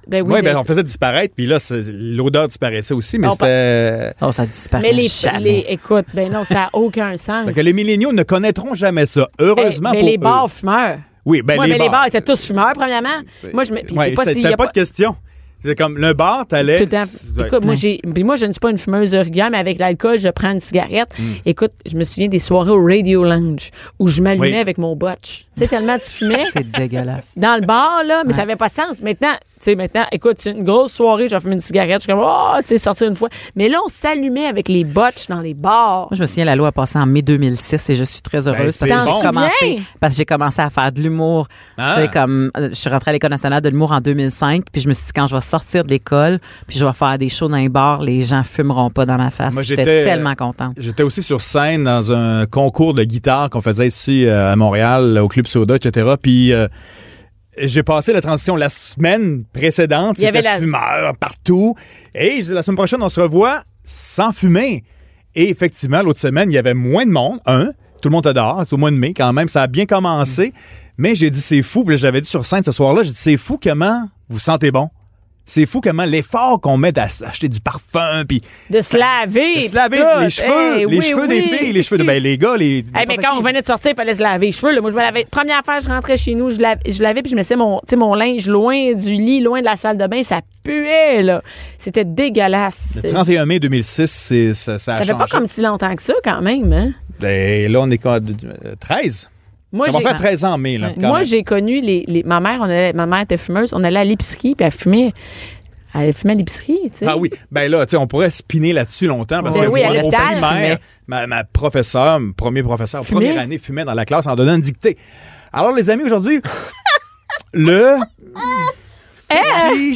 S3: Ben oui,
S5: Oui,
S3: mais-
S5: ben, on faisait disparaître, puis là, c'est- l'odeur disparaissait aussi, mais
S3: On
S5: c'était.
S6: Oh, ça disparaît
S3: mais les,
S6: jamais.
S3: les- écoute, ben non, ça n'a aucun sens.
S5: Fait que les milléniaux ne connaîtront jamais ça. Heureusement
S3: Eh, mais
S5: pour
S3: les
S5: eux.
S3: bars fumeurs.
S5: Oui, ben
S3: Moi,
S5: les
S3: mais les
S5: bars.
S3: bars étaient tous fumeurs, premièrement. Moi, je me. puis
S5: Ouais,
S3: c'est pas
S5: c'est-
S3: s'il y
S5: c'était
S3: a
S5: pas
S3: pas-
S5: de question. C'est comme le bar, t'allais.
S3: Tout le temps. Écoute, moi, j'ai, puis moi, je ne suis pas une fumeuse de rigueur, mais avec l'alcool, je prends une cigarette.
S5: Hmm.
S3: Écoute, je me souviens des soirées au Radio Lounge où je m'allumais
S5: Oui.
S3: avec mon botch. Tu sais, tellement tu fumais
S6: C'est dégueulasse.
S3: dans le bar, là, mais ça n'avait pas de sens. Maintenant, tu sais, maintenant, écoute, c'est une grosse soirée, j'ai fumé une cigarette, je suis comme, oh, tu sais, sorti une fois. Mais là, on s'allumait avec les botches dans les bars.
S6: Moi, je me souviens, la loi a passé en mai 2006 et je suis très heureuse
S5: c'est
S6: parce, que
S5: bon.
S6: j'ai commencé,
S3: Bien.
S6: parce que j'ai commencé à faire de l'humour.
S5: Ah.
S6: Tu sais, comme, euh, je suis rentrée à l'École nationale de l'humour en 2005, puis je me suis dit, quand je vais sortir de l'école, puis je vais faire des shows dans les bars, les gens fumeront pas dans ma face.
S5: Moi,
S6: Puis J'étais
S5: j'étais-
S6: tellement contente.
S5: J'étais aussi sur scène dans un concours de guitare qu'on faisait ici euh, à Montréal, au Club Soda, etc. Puis euh, j'ai passé la transition la semaine précédente.
S3: Il y avait
S5: c'était
S3: la-
S5: fumeur partout. Et je dis, la semaine prochaine, on se revoit sans fumer. Et effectivement, l'autre semaine, il y avait moins de monde. Un, tout le monde était dehors. C'est au mois de mai quand même. Ça a bien
S3: Mm.
S5: commencé. Mais j'ai dit, c'est fou. Puis là, j'avais dit sur scène ce soir-là, j'ai dit, c'est fou comment vous sentez bon. C'est fou comment l'effort qu'on met à s- acheter du parfum, puis
S3: De se laver.
S5: de se laver
S3: tout.
S5: les cheveux,
S3: Eh,
S5: les
S3: oui,
S5: cheveux
S3: oui.
S5: des filles, les cheveux de ben, les gars, les.
S3: Hey, mais
S5: n'importe
S3: quand
S5: qui.
S3: on venait de sortir, il fallait se laver les cheveux. là. Moi, je me lavais. Première affaire, je rentrais chez nous, je lavais, je lavais puis je mettais mon, tu sais, mon linge loin du lit, loin de la salle de bain. Ça puait, là. C'était dégueulasse.
S5: Le 31 mai 2006, c'est- ça, ça a
S3: Ça fait pas
S5: changé.
S3: comme si longtemps que ça, quand même. hein.
S5: Et là, on est quand- euh, 13.
S3: Moi,
S5: ça va
S3: j'ai-
S5: faire 13 ans en mai. Là, quand
S3: Moi,
S5: même.
S3: j'ai connu les, les- ma mère, on allait, ma mère était fumeuse, on allait à l'épicerie puis elle fumait. Elle fumait à l'épicerie, tu sais.
S5: Ah oui, ben là, tu sais, on pourrait spiner là-dessus longtemps parce
S3: Ben
S5: que
S3: oui,
S5: moi,
S3: à
S5: mon
S3: l'hôpital,
S5: primaire,
S6: fumait.
S5: ma, ma professeure, mon premier professeur,
S3: Fumait.
S5: première année, fumait dans la classe en donnant une dictée. Alors, les amis, aujourd'hui, le Merci,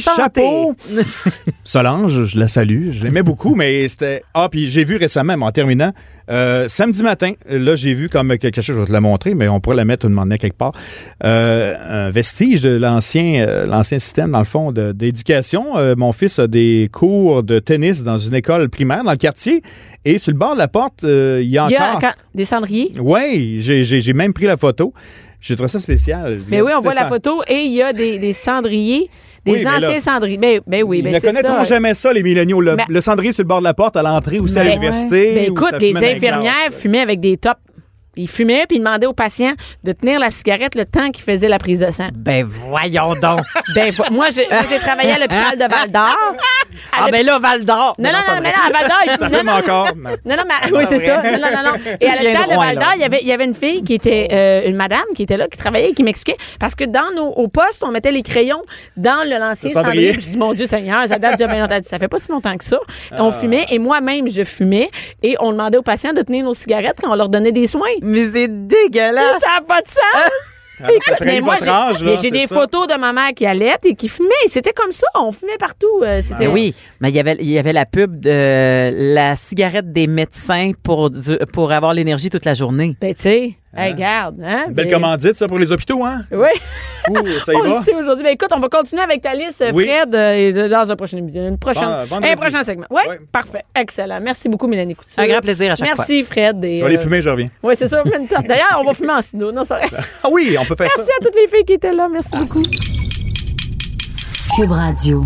S5: chapeau. Solange, je la salue. Je l'aimais beaucoup, mais c'était. Ah, puis j'ai vu récemment, mais en terminant, euh, samedi matin, là, j'ai vu comme quelque chose, je vais te la montrer, mais on pourrait la mettre une manière quelque part. Euh, un vestige de l'ancien euh, l'ancien système, dans le fond, de- d'éducation. Euh, mon fils a des cours de tennis dans une école primaire dans le quartier. Et sur le bord de la porte, euh, il y a
S3: Il y a
S5: encore.
S3: quand- des cendriers.
S5: Oui, j'ai j'ai- j'ai même pris la photo. J'ai trouvé ça spécial.
S3: Mais oui, on
S5: C'est
S3: voit la
S5: ça.
S3: photo et il y a des, des cendriers, des
S5: Oui, mais là-
S3: anciens cendriers. Ben, ben oui, ben
S5: Ils ne
S3: c'est ça.
S5: connaîtront jamais ça, les milléniaux. Le,
S3: Mais-
S5: le cendrier sur le bord de la porte à l'entrée ou c'est à
S3: Ben,
S5: l'université.
S3: Ben
S5: ou
S3: écoute,
S5: ça
S3: les
S5: fumait dans les
S3: infirmières
S5: classes.
S3: fumaient avec des tops. Ils fumaient puis ils demandaient aux patients de tenir la cigarette le temps qu'ils faisaient la prise de sang.
S6: Ben voyons donc.
S3: Ben, vo- moi, j'ai moi, j'ai travaillé à l'hôpital de Val d'Or. À
S6: ah
S3: l'hôp-
S6: ben là, Val d'Or.
S3: non, non, non, mais là, à Val d'Or, ils
S5: Ça
S3: non,
S5: fume
S3: non,
S5: encore.
S3: Non, non, mais oui, c'est ça. Non, non, non, non. Et à
S6: Je viens
S3: l'hôpital
S6: de
S3: de
S6: Rouen,
S3: Val
S6: là.
S3: d'Or, il y avait- il y avait une fille qui était euh, une madame qui était là, qui travaillait et qui m'expliquait. Parce que dans nos au poste, on mettait les crayons dans le lancier
S5: Le
S3: cendrier.
S5: cendrier.
S3: Puis Je dis, mon Dieu Seigneur, ça date de bien longtemps. Ça fait pas si longtemps que ça. On fumait et moi-même, je fumais. Et on demandait aux patients de tenir nos cigarettes quand on leur donnait des soins.
S6: Mais c'est
S3: Ça
S6: dégueulasse.
S3: n'a pas de sens!
S5: Alors, ça trahit votre
S3: j'ai-
S5: âge, là,
S3: mais j'ai
S5: c'est
S3: des
S5: ça.
S3: photos de ma mère qui allait et qui fumait. C'était comme ça. On fumait partout. euh, C'était
S6: Ben oui, mais il y avait il y avait la pub de la cigarette des médecins pour du- pour avoir l'énergie toute la journée.
S3: Ben, tu sais, hey, regarde. Hein?
S5: Belle
S3: Ben,
S5: commandite, ça, pour les hôpitaux, hein?
S3: Oui,
S5: Ouh, ça y
S3: on le
S5: va.
S3: sait aujourd'hui. Ben, écoute, on va continuer avec ta liste, euh,
S5: Oui.
S3: Fred, euh, et, euh, dans un prochain émission. Une prochaine,
S5: Bon, vendredi.
S3: un prochain segment. Oui,
S5: Ouais.
S3: parfait. Excellent. Merci beaucoup, Mélanie Couture.
S6: Un grand plaisir à chaque fois.
S3: Merci, Fred. Et,
S5: Je vais les
S3: euh,
S5: fumer, je reviens.
S3: Oui, c'est ça. on fait une tarte. D'ailleurs, on va fumer en sino. Non, ça...
S5: Ah oui, on peut faire ça. Ah.
S3: Merci à toutes les filles qui étaient là. Merci beaucoup.
S1: Cube Radio.